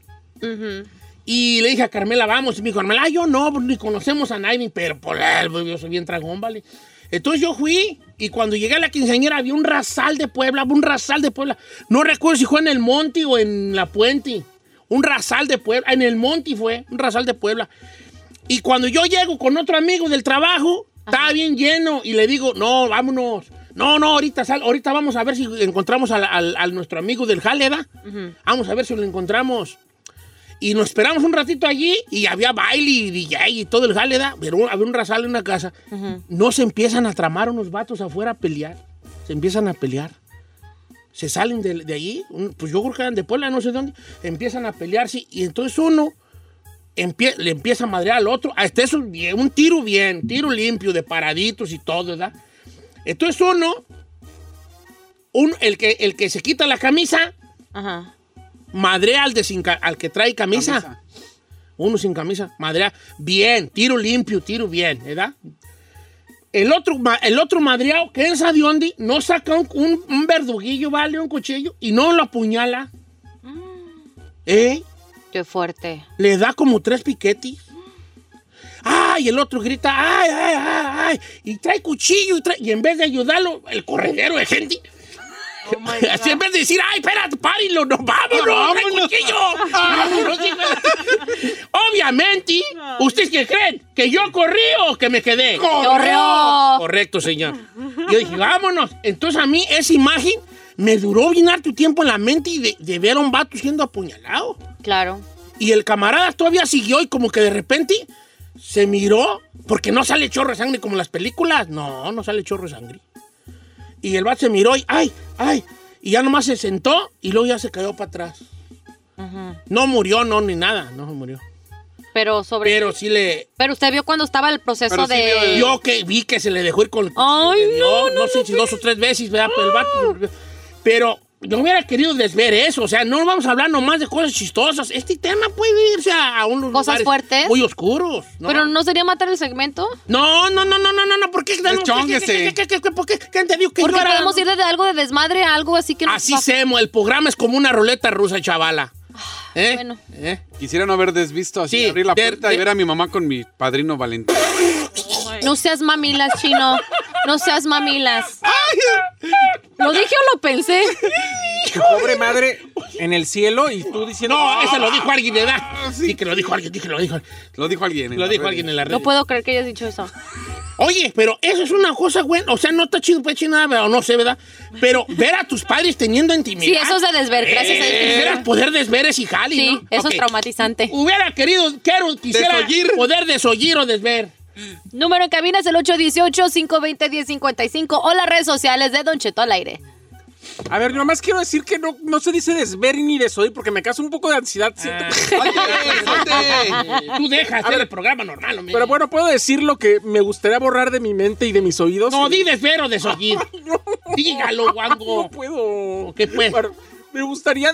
Speaker 1: Y le dije a Carmela, vamos. Y me dijo, Carmela, ah, yo no, pues, ni conocemos a nadie, pero por él, pues, yo soy bien tragón, ¿vale? Entonces yo fui y cuando llegué a la quinceañera había un rasal de Puebla, un rasal de Puebla. No recuerdo si fue en el Monte o en la Puente. Un rasal de Puebla, en el Monte fue, un rasal de Puebla. Y cuando yo llego con otro amigo del trabajo, estaba bien lleno y le digo, no, vámonos. No, no, ahorita sal, ahorita vamos a ver si encontramos al- al- a nuestro amigo del Jaleda. Vamos a ver si lo encontramos. Y nos esperamos un ratito allí y había baile y DJ y todo el jale, ¿da? Pero un- había un rasal en una casa. No se empiezan a tramar unos vatos afuera a pelear. Se empiezan a pelear. Se salen de, de allí. un- Pues yo creo que eran de Puebla, no sé dónde. Empiezan a pelearse y entonces uno empie- le empieza a madrear al otro. Hasta eso, bien, un tiro bien, tiro limpio, de paraditos y todo, ¿verdad? Entonces uno, un- el, que, el que se quita la camisa,
Speaker 2: Ajá.
Speaker 1: madrea al, de sin ca- al que trae camisa. Uno sin camisa, madrea. Bien, tiro limpio, tiro bien, ¿verdad? El otro, ma- el otro madreado, que sabe de dónde, no saca un, un- un verduguillo, vale, un cuchillo, y no lo apuñala. ¿Eh?
Speaker 2: Qué fuerte.
Speaker 1: Le da como tres piquetes. ¡Ay! El otro grita, ¡ay, ay, ay, ay! Y trae cuchillo, y, trae- y en vez de ayudarlo, el corredero de gente. Así en vez de decir, ¡ay, espérate, párilo! ¡Nos vámonos! ¡Trae cuchillo! Vámonos, hijo de- Obviamente, ¿ustedes qué creen? ¿Que yo corrí o que me quedé?
Speaker 2: ¡Correo!
Speaker 1: Correcto, señor. Yo dije, vámonos. Entonces a mí esa imagen me duró bien tu tiempo en la mente y de, de ver a un vato siendo apuñalado.
Speaker 2: Claro.
Speaker 1: Y el camarada todavía siguió y como que de repente se miró, porque no sale chorro de sangre como en las películas. No, no sale chorro de sangre. Y el vato se miró y, ay, ay, y ya nomás se sentó y luego ya se cayó para atrás. No murió, no, ni nada, no murió.
Speaker 2: Pero sobre. Pero,
Speaker 1: Pero sí le...
Speaker 2: usted vio cuando estaba el proceso
Speaker 4: Pero sí vio
Speaker 2: de.
Speaker 4: el-
Speaker 1: Yo que vi que se le dejó ir con el cuchillo,
Speaker 2: Ay,
Speaker 1: le dio,
Speaker 2: no, no,
Speaker 1: sé
Speaker 2: no,
Speaker 1: si dos o tres veces, ¿verdad? Pero el vato- Pero yo hubiera querido desver eso, o sea, no vamos a hablar nomás de cosas chistosas. Este tema puede irse a, a unos
Speaker 2: Cosas
Speaker 1: lugares
Speaker 2: fuertes.
Speaker 1: muy oscuros. ¿no?
Speaker 2: Pero no sería matar el segmento.
Speaker 1: No, no, no, no, no, no, no, ¿por qué? No,
Speaker 4: chónguese.
Speaker 1: ¿qué, qué, qué, qué, por qué? ¿Quién te dijo que
Speaker 2: Porque
Speaker 1: yo era-
Speaker 2: podemos ir de algo de desmadre a algo así que nos
Speaker 1: Así
Speaker 2: va-
Speaker 1: semo, el programa es como una ruleta rusa, chavala. ¿Eh?
Speaker 2: Ah, bueno.
Speaker 1: ¿Eh?
Speaker 4: Quisiera no haber desvisto así,
Speaker 1: Sí,
Speaker 4: abrir la
Speaker 1: de-
Speaker 4: puerta
Speaker 1: de-
Speaker 4: y ver a mi mamá con mi padrino Valentín.
Speaker 2: No seas mamilas, chino. No seas mamilas. ¿Lo dije o lo pensé?
Speaker 3: Pobre madre. en el cielo y tú diciendo.
Speaker 1: No, eso lo dijo alguien, ¿verdad? Sí, que lo dijo alguien, dije, lo dijo.
Speaker 3: "Ah".
Speaker 4: Lo dijo alguien. en
Speaker 1: Lo
Speaker 4: las
Speaker 1: dijo
Speaker 4: redes.
Speaker 1: alguien en la red.
Speaker 2: No puedo creer que hayas dicho eso.
Speaker 1: Oye, pero eso es una cosa, güey. O sea, no está chido, pues, nada, ¿verdad? o no sé, ¿verdad? Pero ver a tus padres teniendo intimidad.
Speaker 2: Sí, eso es de desver, gracias a Dios que no
Speaker 1: Quisieras
Speaker 2: se-
Speaker 1: poder desver ese jali,
Speaker 2: Sí,
Speaker 1: ¿no?
Speaker 2: eso
Speaker 1: Ok.
Speaker 2: es traumatizante.
Speaker 1: Hubiera querido, quiero, quisiera
Speaker 4: Desollir.
Speaker 1: poder desollir o desver.
Speaker 2: Número en cabina es el 818-520-1055 o las redes sociales de Don Cheto al aire.
Speaker 3: A ver, nomás quiero decir que no, no se dice desver ni desoír porque me causa un poco de ansiedad.
Speaker 1: Ah.
Speaker 3: siento que-
Speaker 4: Salte, salte.
Speaker 1: Tú dejas hacer el programa normal, hombre.
Speaker 3: Pero bueno, puedo decir lo que me gustaría borrar de mi mente y de mis oídos.
Speaker 1: no, di desver o desollir. Dígalo, guango.
Speaker 3: No puedo.
Speaker 1: ¿Qué pues?
Speaker 3: Pero Me gustaría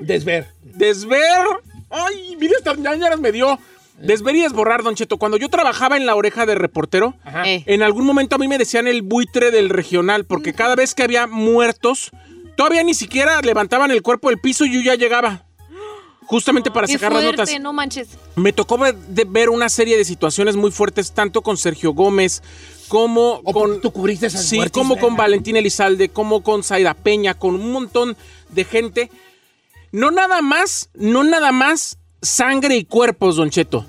Speaker 1: Desver.
Speaker 3: desver. Ay, mira estas ñañaras me dio. Desver y desborrar, Don Cheto. Cuando yo trabajaba en la oreja de reportero,
Speaker 1: Ajá.
Speaker 2: Eh.
Speaker 3: en algún momento a mí me decían el buitre del regional, porque cada vez que había muertos, todavía ni siquiera levantaban el cuerpo del piso y yo ya llegaba. Justamente para
Speaker 2: Qué
Speaker 3: sacar las notas.
Speaker 2: fuerte, no manches.
Speaker 3: Me tocó ver, de- ver una serie de situaciones muy fuertes, tanto con Sergio Gómez, como
Speaker 1: O
Speaker 3: con.
Speaker 1: tú cubriste esas
Speaker 3: Sí,
Speaker 1: muertes, eh?
Speaker 3: como con
Speaker 1: ¿verdad?
Speaker 3: Valentín Elizalde, como con Zaida Peña, con un montón de gente. No nada más, no nada más sangre y cuerpos, Don Cheto.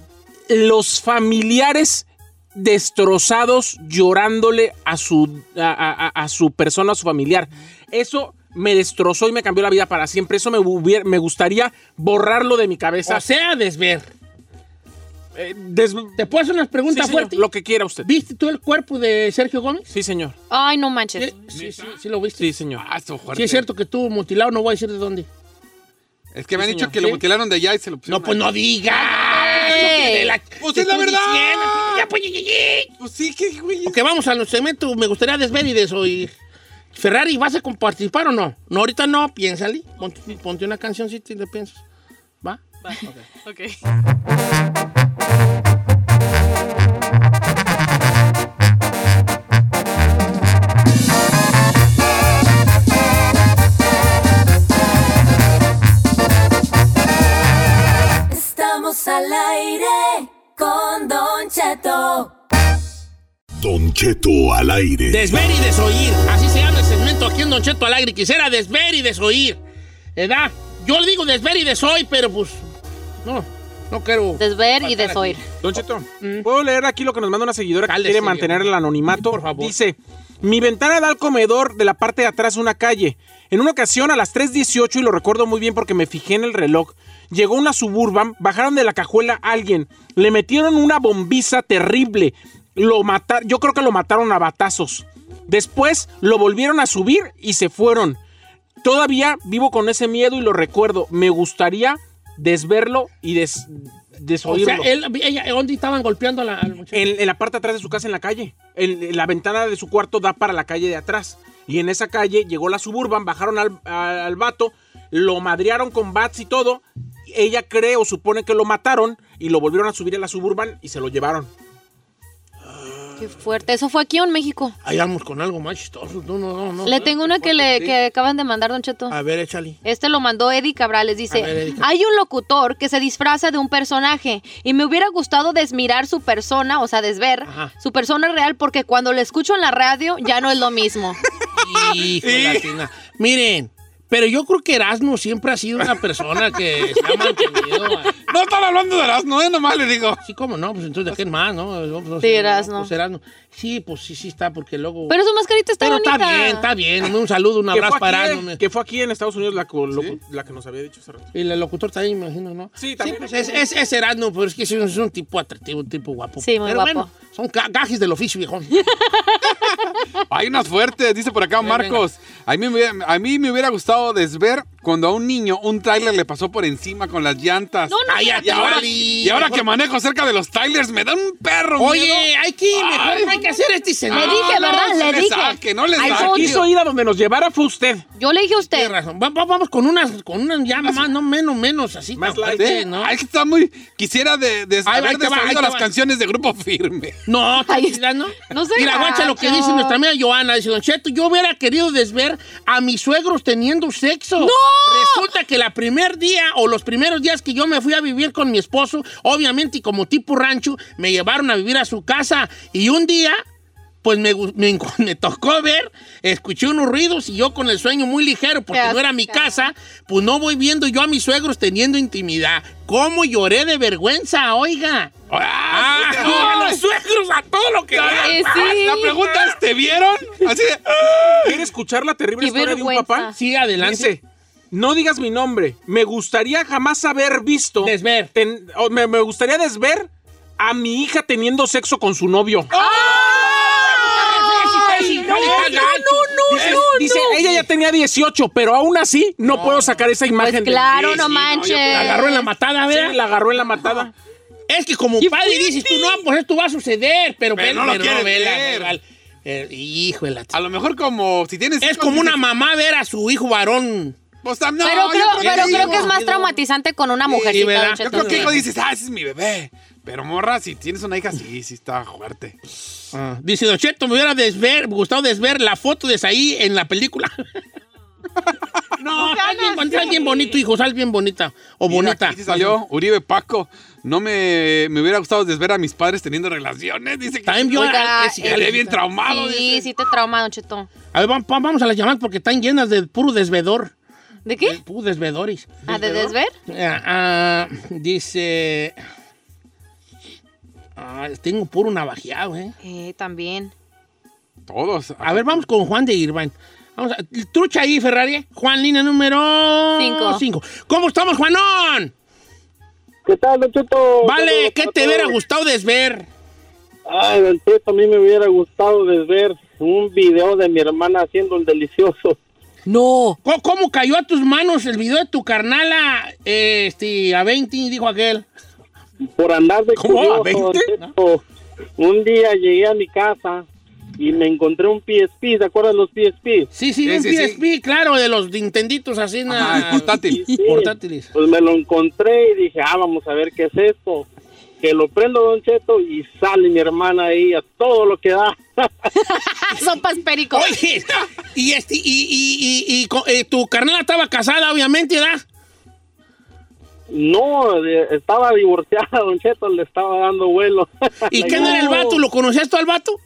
Speaker 3: Los familiares destrozados llorándole a su, a, a- a- a su persona, a su familiar. Eso me destrozó y me cambió la vida para siempre. Eso me, hubiera- me gustaría borrarlo de mi cabeza.
Speaker 1: O sea, desver.
Speaker 3: Eh, des-
Speaker 1: ¿Te puedo hacer unas
Speaker 3: Sí,
Speaker 1: preguntas
Speaker 3: señor,
Speaker 1: fuertes?
Speaker 3: Lo que quiera usted.
Speaker 1: ¿Viste tú el cuerpo de Sergio Gómez?
Speaker 3: Sí, señor.
Speaker 2: Ay, no manches.
Speaker 1: Sí, ¿Eh? sí, sí, sí lo viste.
Speaker 3: Sí, señor.
Speaker 4: Ah, esto fuerte.
Speaker 1: Sí, es cierto que estuvo mutilado, no voy a decir de dónde.
Speaker 4: Es que me han
Speaker 3: Sí,
Speaker 4: dicho
Speaker 3: señor.
Speaker 4: que lo
Speaker 1: Sí.
Speaker 4: mutilaron de allá y se lo pusieron.
Speaker 1: No, pues
Speaker 4: ahí.
Speaker 1: no digas.
Speaker 2: Ey.
Speaker 1: De la-
Speaker 4: Pues
Speaker 1: te
Speaker 4: es la
Speaker 1: estoy
Speaker 4: verdad.
Speaker 1: diciendo, ya, pues, ye, ye, ye.
Speaker 4: Pues sí,
Speaker 3: é
Speaker 4: qué güey.
Speaker 1: Ok, vamos a los segmentos. Me gustaría desver y desoír. Ferrari, ¿vas a participar o no? No, ahorita no, piénsale. Ponte, ponte una canción si te le piensas. ¿Va?
Speaker 9: Ok.
Speaker 8: Estamos al aire con Don Cheto.
Speaker 10: Don Cheto al aire.
Speaker 1: Desver y desoír. Así se llama el segmento aquí en Don Cheto Alagri. Quisiera desver y desoír. ¿Edad? Yo le digo desver y desoír, pero pues. No, no quiero.
Speaker 2: Desver y
Speaker 1: faltar
Speaker 2: desoír.
Speaker 1: aquí.
Speaker 3: Don Cheto,
Speaker 1: Mm.
Speaker 3: ¿puedo leer aquí lo que nos manda una seguidora que
Speaker 1: Cállese,
Speaker 3: quiere mantener el anonimato?
Speaker 1: Por favor.
Speaker 3: Dice, mi ventana da al comedor de la parte de atrás de una calle. En una ocasión a las 3.18, y lo recuerdo muy bien porque me fijé en el reloj, llegó una suburban, bajaron de la cajuela a alguien, le metieron una bombiza terrible, lo mataron, yo creo que lo mataron a batazos. Después lo volvieron a subir y se fueron. Todavía vivo con ese miedo y lo recuerdo. Me gustaría desverlo y des-
Speaker 1: O
Speaker 3: desoírlo.
Speaker 1: sea, él, ella, ¿dónde estaban golpeando a la, al muchacho?
Speaker 3: En, en la parte de atrás de su casa, en la calle. En, en la ventana de su cuarto da para la calle de atrás. Y en esa calle llegó la suburban, bajaron al, al- al vato, lo madrearon con bats y todo. Ella cree o supone que lo mataron y lo volvieron a subir a la suburban y se lo llevaron.
Speaker 2: Qué fuerte. Eso fue aquí en México.
Speaker 1: Ahí vamos con algo más chistoso. No, no, no. no.
Speaker 2: Le tengo una que le que acaban de mandar, Don Cheto.
Speaker 1: A ver, échale.
Speaker 2: Este lo mandó Eddie Cabrales. Dice:
Speaker 1: A ver, Eddie Cabrales.
Speaker 2: Hay un locutor que se disfraza de un personaje y me hubiera gustado desmirar su persona, o sea, desver
Speaker 1: Ajá.
Speaker 2: su persona real, porque cuando lo escucho en la radio ya no es lo mismo.
Speaker 1: Hijo de la tina. Miren, pero yo creo que Erasmo siempre ha sido una persona que se ha mantenido. a-
Speaker 4: No están hablando de las nueve, nomás le digo.
Speaker 1: Sí, cómo no, pues entonces de qué más, ¿no? No, pues, no
Speaker 2: Sí,
Speaker 1: sé,
Speaker 2: Erasmo.
Speaker 1: pues, Erasmo. Sí, pues sí, sí está, porque luego.
Speaker 2: Pero su mascarita está
Speaker 1: Pero
Speaker 2: bonita.
Speaker 1: está bien, está bien. Un saludo, un
Speaker 3: Que fue,
Speaker 1: abrazo para
Speaker 3: aquí, eh,
Speaker 1: Erasmo.
Speaker 3: que fue aquí en Estados Unidos la, co- lo-
Speaker 4: ¿Sí?
Speaker 3: la que nos había dicho hace rato.
Speaker 1: Y el locutor también, me imagino, ¿no?
Speaker 3: Sí, también.
Speaker 1: pues, es, es, es Erasmo, pero es que es un, es un tipo atractivo, un tipo guapo.
Speaker 2: Sí, muy
Speaker 1: Pero
Speaker 2: guapo.
Speaker 1: bueno, son ca- gajes del oficio, viejón.
Speaker 4: Hay unas fuertes, dice por acá Marcos. A mí, me hubiera- a mí me hubiera gustado desver cuando a un niño un tráiler le pasó por encima con las llantas.
Speaker 2: No, no,
Speaker 1: Ay,
Speaker 2: espérate.
Speaker 4: Y ahora,
Speaker 1: Órale.
Speaker 4: y ahora que manejo cerca de los trailers, me da un perro.
Speaker 1: Oye,
Speaker 4: miedo.
Speaker 1: hay que, mejor
Speaker 4: Ay.
Speaker 1: no hay que hacer este
Speaker 2: Le
Speaker 1: escenario.
Speaker 4: no,
Speaker 2: dije, ¿verdad?
Speaker 4: se
Speaker 2: le
Speaker 4: le
Speaker 2: dije.
Speaker 4: saque, no le
Speaker 2: I
Speaker 4: saque.
Speaker 2: told you.
Speaker 3: Quiso ir a donde nos llevara fue usted.
Speaker 2: Yo le dije a usted.
Speaker 1: Tiene razón. Va- va- vamos con unas, con unas ya más, no menos, menos, así.
Speaker 3: Más
Speaker 1: tan
Speaker 3: light.
Speaker 1: fuerte,
Speaker 4: ¿Eh?
Speaker 1: ¿no?
Speaker 4: Ay, que está muy. Quisiera de, de
Speaker 1: Ahí va, ahí
Speaker 4: haber
Speaker 1: te va, ahí
Speaker 4: desoído
Speaker 1: te
Speaker 4: las
Speaker 1: va.
Speaker 4: canciones de grupo firme.
Speaker 1: No,
Speaker 2: Ay,
Speaker 1: tranquilidad, ¿no?
Speaker 2: no sé,
Speaker 1: Mira, guacha lo que
Speaker 2: gacho.
Speaker 1: dice nuestra amiga Joana. Dice, Don Cheto, yo hubiera querido desver a mis suegros teniendo sexo. ¡No! Resulta que la primer día o los primeros días que yo me fui a vivir con mi esposo, obviamente y como tipo rancho, me llevaron a vivir a su casa. Y un día pues me, gu- me enco- me tocó ver, escuché unos ruidos y yo con el sueño muy ligero, porque no era mi casa, pues no voy viendo yo a mis suegros teniendo intimidad. ¿Cómo lloré de vergüenza, oiga? ¡Ah! ¡A los suegros a todo lo
Speaker 2: eh,
Speaker 1: que da!
Speaker 4: Ah, La pregunta es, ¿te vieron? Así de, "Ah".
Speaker 3: ¿Quieres escuchar la terrible
Speaker 1: Qué
Speaker 3: historia de un
Speaker 1: vergüenza.
Speaker 3: papá?
Speaker 1: Sí, adelante.
Speaker 3: Dice, no digas mi nombre. Me gustaría jamás haber visto.
Speaker 1: Desver.
Speaker 3: ten- o me, me gustaría desver a mi hija teniendo sexo con su novio.
Speaker 4: ¡Ah!
Speaker 1: no, no,
Speaker 3: Dice, dice, ella ya tenía 18, pero aún así no, puedo sacar esa imagen. de mí".
Speaker 2: Pues claro, no manches.
Speaker 1: La agarró en la matada, ¿verdad?
Speaker 3: Sí, la agarró en la matada.
Speaker 1: Es que como padre dices tú, no, pues esto va a suceder, pero,
Speaker 4: Pero
Speaker 1: ve-
Speaker 4: no lo quieres
Speaker 1: vela,
Speaker 4: ver.
Speaker 1: vela. Eh, híjole.
Speaker 4: a lo mejor como si tienes...
Speaker 1: Es
Speaker 4: hijos,
Speaker 1: como una
Speaker 4: dices,
Speaker 1: mamá ver a su hijo varón.
Speaker 4: pues, ah, no,
Speaker 2: pero
Speaker 4: yo
Speaker 2: creo,
Speaker 4: que
Speaker 2: pero
Speaker 4: sí,
Speaker 2: creo
Speaker 4: hijo.
Speaker 2: que es más traumatizante con una mujercita.
Speaker 1: ¿verdad?
Speaker 2: don Cheto.
Speaker 4: Yo creo que hijo dices, ah, ese es mi
Speaker 3: Eh,
Speaker 4: bebé. Pero morra, si tienes una hija, sí, sí está fuerte.
Speaker 1: Ah, Dice, Don Cheto, me hubiera desver, gustado desver la foto de Saí en la película. no, sal bien, sal bien bonito, hijo, sal bien bonita. O
Speaker 4: Mira,
Speaker 1: bonita.
Speaker 4: Aquí sí salió Uribe Paco. No me, me hubiera gustado desver a mis padres teniendo relaciones. Dice que
Speaker 1: También yo
Speaker 2: Oiga,
Speaker 1: eh, sí,
Speaker 4: quedé bien traumado.
Speaker 2: Sí,
Speaker 4: dice.
Speaker 2: sí te trauma, Don Cheto.
Speaker 1: A ver, vam- vam- vamos a las llamadas porque están llenas de puro desvedor.
Speaker 2: ¿De qué?
Speaker 1: Puro desvedores.
Speaker 2: ¿A de desver?
Speaker 1: Ah, ah, dice. ah, tengo puro navajeado, ¿eh?
Speaker 2: Eh, también.
Speaker 4: Todos.
Speaker 1: A ver, vamos con Juan de Irván. Vamos a- trucha ahí, Ferrari. Juan, línea número
Speaker 2: Cinco.
Speaker 1: 5. ¿Cómo estamos, Juanón?
Speaker 7: ¿Qué tal, Don Cheto?
Speaker 1: Vale, ¿qué te hubiera
Speaker 7: verá
Speaker 1: gustado desver?
Speaker 7: Ay, Don Cheto, a mí me hubiera gustado desver un video de mi hermana haciendo el delicioso.
Speaker 5: No.
Speaker 1: ¿Cómo, cómo cayó a tus manos el video de tu carnala eh, este, a 20? Dijo aquel.
Speaker 7: por andar de
Speaker 3: ¿Cómo? ¿A
Speaker 7: curioso,
Speaker 3: 20?
Speaker 7: Don Cheto. Un día llegué a mi casa y me encontré un PSP, ¿se acuerdan los PSP?
Speaker 1: Sí, sí,
Speaker 4: Sí,
Speaker 1: un
Speaker 4: sí, sí.
Speaker 1: PSP, claro, de los Nintenditos así.
Speaker 4: Ajá,
Speaker 1: nada.
Speaker 4: el portátil.
Speaker 7: Sí,
Speaker 1: Portátiles.
Speaker 7: Pues me lo encontré y dije, ah, vamos a ver qué es esto. Que lo prendo, Don Cheto, y sale mi hermana ahí a todo lo que da.
Speaker 2: Sopas perico.
Speaker 1: Oye, y, este, y, y- y- y co- eh, tu carnala estaba casada, obviamente, ¿verdad?
Speaker 7: No, de- estaba divorciada, Don Cheto, le estaba dando vuelo.
Speaker 1: ¿Y qué no era el vato? ¿Lo conocías tú al vato?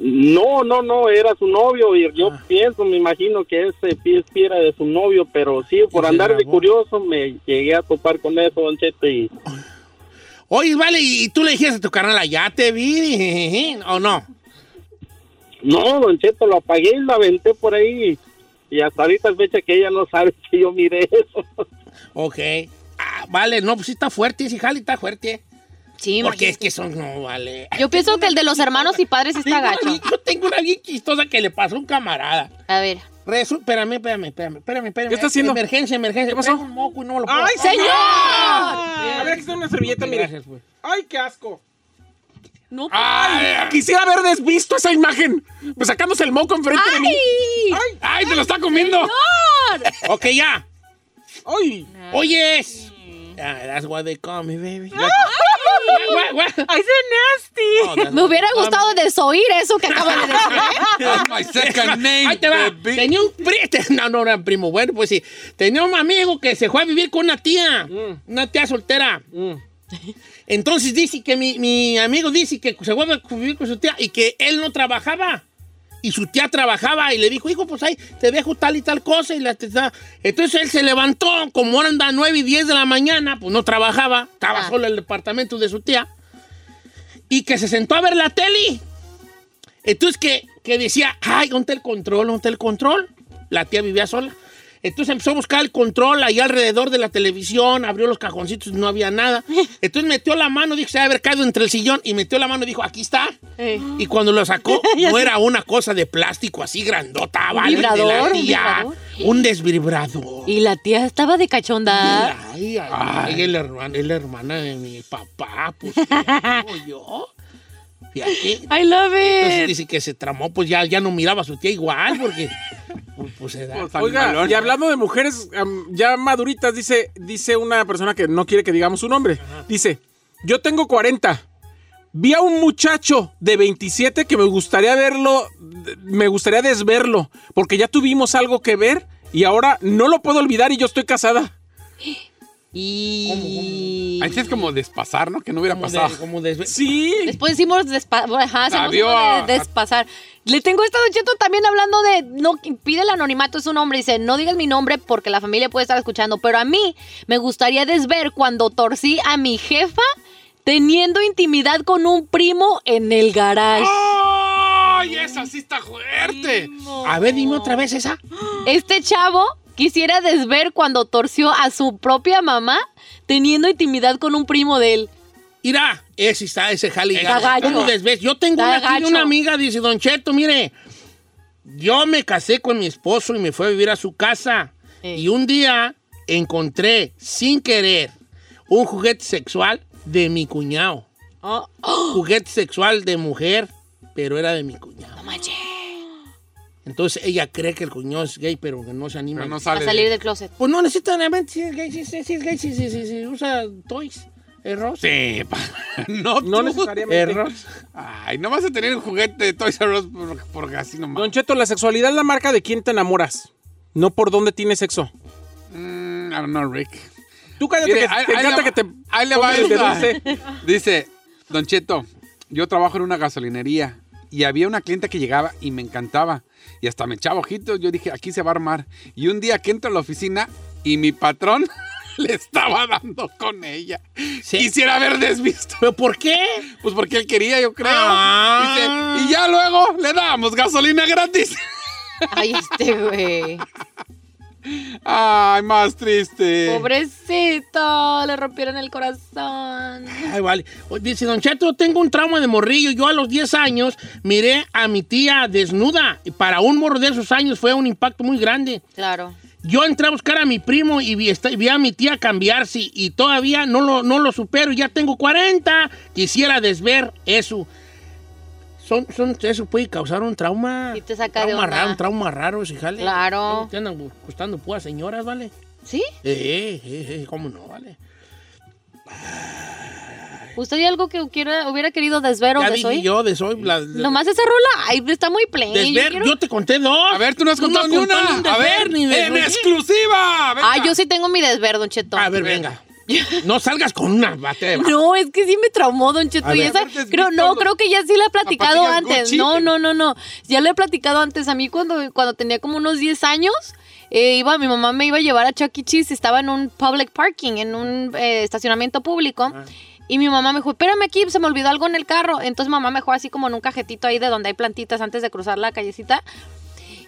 Speaker 7: No, no, no, era su novio y yo
Speaker 1: Ah.
Speaker 7: pienso, me imagino que ese PSP era de su novio, pero sí, por
Speaker 1: se
Speaker 7: andar de
Speaker 1: grabó.
Speaker 7: curioso me llegué a topar con eso, Don Cheto, y
Speaker 1: Oye, vale, y, y tú le dijiste a tu carnala, ya te vi, jejeje, ¿o no?
Speaker 7: no, Don Cheto, lo apagué y lo aventé por ahí y hasta ahorita es fecha que ella no sabe que yo miré eso.
Speaker 1: Ok. Ah, vale, no, pues sí está fuerte, ese jale está fuerte.
Speaker 2: Sí,
Speaker 1: Porque
Speaker 2: imagínate.
Speaker 1: es que son, no, vale.
Speaker 2: Yo pienso que el de los hermanos y padres sí está
Speaker 1: Tengo una
Speaker 2: gacho.
Speaker 1: bien- Yo tengo una bien chistosa que le pasó a un camarada.
Speaker 2: A ver.
Speaker 1: Resu- espérame, espérame, espérame, espérame, espérame.
Speaker 3: ¿Qué está haciendo?
Speaker 1: Emergencia, emergencia.
Speaker 3: ¿Qué pasó?
Speaker 1: Traigo un moco y no me lo puedo-
Speaker 3: ¡Ay,
Speaker 1: Ay,
Speaker 3: señor!
Speaker 1: Bien.
Speaker 3: A ver, aquí está una servilleta, Ah, mire.
Speaker 1: Gracias, pues.
Speaker 3: ¡Ay, qué asco!
Speaker 5: No.
Speaker 3: ¡Ay! Quisiera haber desvisto esa imagen. Pues sacándose el moco enfrente de mí. ¡Ay!
Speaker 4: ¡Ay, te lo está comiendo!
Speaker 1: Ok, ya.
Speaker 3: ¡Ay!
Speaker 1: Oyes. Ah, that's why they call me, baby. What, what, what?
Speaker 9: ¡Ay, se
Speaker 1: Oh,
Speaker 9: nasty!
Speaker 1: that's why
Speaker 2: Me
Speaker 1: they
Speaker 2: hubiera
Speaker 1: call
Speaker 2: gustado desoír eso que acaba de decir.
Speaker 4: That's my second name,
Speaker 1: Ahí te va.
Speaker 4: baby.
Speaker 1: Tenía un primo. No, no era primo. Bueno, pues sí. Tenía un amigo que se fue a vivir con una tía.
Speaker 4: Mm.
Speaker 1: Una tía soltera. Entonces dice que mi, mi amigo dice que se fue a vivir con su tía y que él no trabajaba. Y su tía trabajaba y le dijo, hijo, pues ahí te dejo tal y tal cosa. Y la tía- Entonces él se levantó, como eran las 9 y 10 de la mañana, pues no trabajaba, estaba
Speaker 2: Ah.
Speaker 1: solo en el departamento de su tía. Y que se sentó a ver la tele. Entonces que, que decía, ay, ¿dónde está el control? ¿Dónde está el control? La tía vivía sola. Entonces empezó a buscar el control ahí alrededor de la televisión, abrió los cajoncitos, no había nada. Entonces metió la mano, dijo, se debe haber caído entre el sillón y metió la mano y dijo, aquí está.
Speaker 2: Eh.
Speaker 1: Y cuando lo sacó, no era una cosa de plástico así grandota, ¿vale? de la
Speaker 2: vibrador, un
Speaker 1: tía.
Speaker 2: vibrador.
Speaker 1: Un desvibrador.
Speaker 2: Y la tía estaba de cachonda.
Speaker 1: Ay, ay, ay, es la hermana, es la hermana de mi papá, pues, ¿qué hago yo? Fíjate,
Speaker 2: I love
Speaker 1: entonces
Speaker 2: it.
Speaker 1: dice que se tramó, pues ya, ya no miraba a su tía igual, porque pues, pues, se da.
Speaker 4: Pues, tan
Speaker 3: Oiga,
Speaker 4: malón.
Speaker 3: y hablando de mujeres am, ya maduritas, dice, dice una persona que no quiere que digamos su nombre. Dice, yo tengo 40. Vi a un muchacho de 27 que me gustaría verlo, d- me gustaría desverlo, porque ya tuvimos algo que ver y ahora no lo puedo olvidar y yo estoy casada.
Speaker 2: Y...
Speaker 4: Así es como despasar, ¿no? Que no hubiera pasado.
Speaker 1: pues,
Speaker 3: sí.
Speaker 2: Después decimos despa- ajá, hacemos uno
Speaker 4: Adiós.
Speaker 2: de despasar. Le tengo esta Don Cheto, también hablando de no pide el anonimato es un hombre dice, "No digas mi nombre porque la familia puede estar escuchando, pero a mí me gustaría desver cuando torcí a mi jefa teniendo intimidad con un primo en el garage."
Speaker 4: ¡Ay, esa sí está fuerte!
Speaker 1: A ver, dime otra vez esa.
Speaker 2: Este chavo quisiera desver cuando torció a su propia mamá teniendo intimidad con un primo de él.
Speaker 1: Mira, ese está, ese jale.
Speaker 2: Está
Speaker 1: gacho.
Speaker 2: gacho.
Speaker 1: ¿Cómo desves? Yo tengo
Speaker 2: Está
Speaker 1: una, aquí de
Speaker 2: gacho.
Speaker 1: una amiga, dice, Don Cheto, mire, yo me casé con mi esposo y me fui a vivir a su casa. Y un día encontré, sin querer, un juguete sexual de mi cuñado.
Speaker 2: Oh.
Speaker 1: Juguete sexual de mujer, pero era de mi cuñado.
Speaker 2: No manches.
Speaker 1: Entonces ella cree que el cuñado es gay, pero que no se anima.
Speaker 4: Pero no
Speaker 2: A
Speaker 4: sale.
Speaker 2: salir del closet.
Speaker 1: Pues no necesariamente si es gay, si es si es gay, si, si- si- si usa toys. eh, Error.
Speaker 4: Sí, pa- no,
Speaker 3: No
Speaker 4: tú.
Speaker 3: necesariamente.
Speaker 1: Error.
Speaker 4: Ay, no vas a tener un juguete de Toys R Us por, por así nomás.
Speaker 3: Don Cheto, la sexualidad es la marca de quién te enamoras, no por dónde tienes sexo.
Speaker 4: Mm, I don't know, Rick.
Speaker 3: Tú cállate,
Speaker 4: Mire,
Speaker 3: que
Speaker 4: ahí-
Speaker 3: te
Speaker 4: ahí
Speaker 3: encanta
Speaker 4: le va-
Speaker 3: que te.
Speaker 4: ahí le va
Speaker 3: pongas el
Speaker 4: esta.
Speaker 3: dulce.
Speaker 4: Dice, Don Cheto, yo trabajo en una gasolinería y había una clienta que llegaba y me encantaba. Y hasta me echaba ojitos. Yo dije, aquí se va a armar. Y un día que entro a la oficina y mi patrón le estaba dando con ella.
Speaker 1: Sí.
Speaker 4: Quisiera haber desvisto.
Speaker 1: ¿Pero por qué?
Speaker 4: Pues porque él quería, yo creo.
Speaker 1: Ah.
Speaker 4: Dice, y ya luego le damos gasolina gratis.
Speaker 2: Ay, este güey.
Speaker 4: Ay, más triste.
Speaker 2: Pobrecito, le rompieron el corazón.
Speaker 1: Ay, vale. Dice, Don Cheto, tengo un trauma de morrillo. Yo a los 10 años miré a mi tía desnuda. Y para un morro de esos años fue un impacto muy grande.
Speaker 2: Claro.
Speaker 1: Yo entré a buscar a mi primo y vi, esta- vi a mi tía cambiarse y todavía no lo, no lo supero. Ya tengo 40. Quisiera desver eso. Son, son, eso puede causar un trauma.
Speaker 2: Sí te saca de
Speaker 1: trauma
Speaker 2: onda.
Speaker 1: raro, un trauma raro, si jale.
Speaker 2: Claro.
Speaker 1: Luego Te andan gustando puras señoras, ¿vale?
Speaker 2: ¿Sí?
Speaker 1: Eh, eh, eh, eh, cómo no, ¿vale?
Speaker 2: ¿Usted hay algo que quiera- hubiera querido desver o
Speaker 1: ya dije
Speaker 2: desoy?
Speaker 1: yo de soy. la-
Speaker 2: Nomás esa rola ay, está muy plain. yo
Speaker 1: Desver, yo,
Speaker 2: quiero-
Speaker 1: te conté dos.
Speaker 4: A ver, tú no has contado
Speaker 1: has
Speaker 4: ni
Speaker 1: contado
Speaker 4: una.
Speaker 1: un
Speaker 4: a
Speaker 1: deber,
Speaker 4: ver,
Speaker 1: ni de-
Speaker 4: en
Speaker 1: ¿eh?
Speaker 4: exclusiva. Venga.
Speaker 2: Ah, yo sí tengo mi desver, Don Cheto.
Speaker 1: A ver, venga. No salgas con una batea de ba-
Speaker 2: No, es que sí me traumó, Don Cheto.
Speaker 1: A
Speaker 2: y
Speaker 1: ver.
Speaker 2: esa-
Speaker 4: Haber
Speaker 2: creo,
Speaker 4: desvisto
Speaker 2: no,
Speaker 4: los-
Speaker 2: creo que ya sí la he platicado
Speaker 4: zapatillas
Speaker 2: antes.
Speaker 4: Gucci.
Speaker 2: No, no, no, no. Ya la he platicado antes. A mí cuando, cuando tenía como unos 10 años, eh, iba, mi mamá me iba a llevar a Chuck E. Cheese. Estaba en un public parking, en un eh, estacionamiento público.
Speaker 1: Ah.
Speaker 2: Y mi mamá me dijo, espérame aquí, se me olvidó algo en el carro. Entonces mamá me dejó así como en un cajetito ahí de donde hay plantitas antes de cruzar la callecita.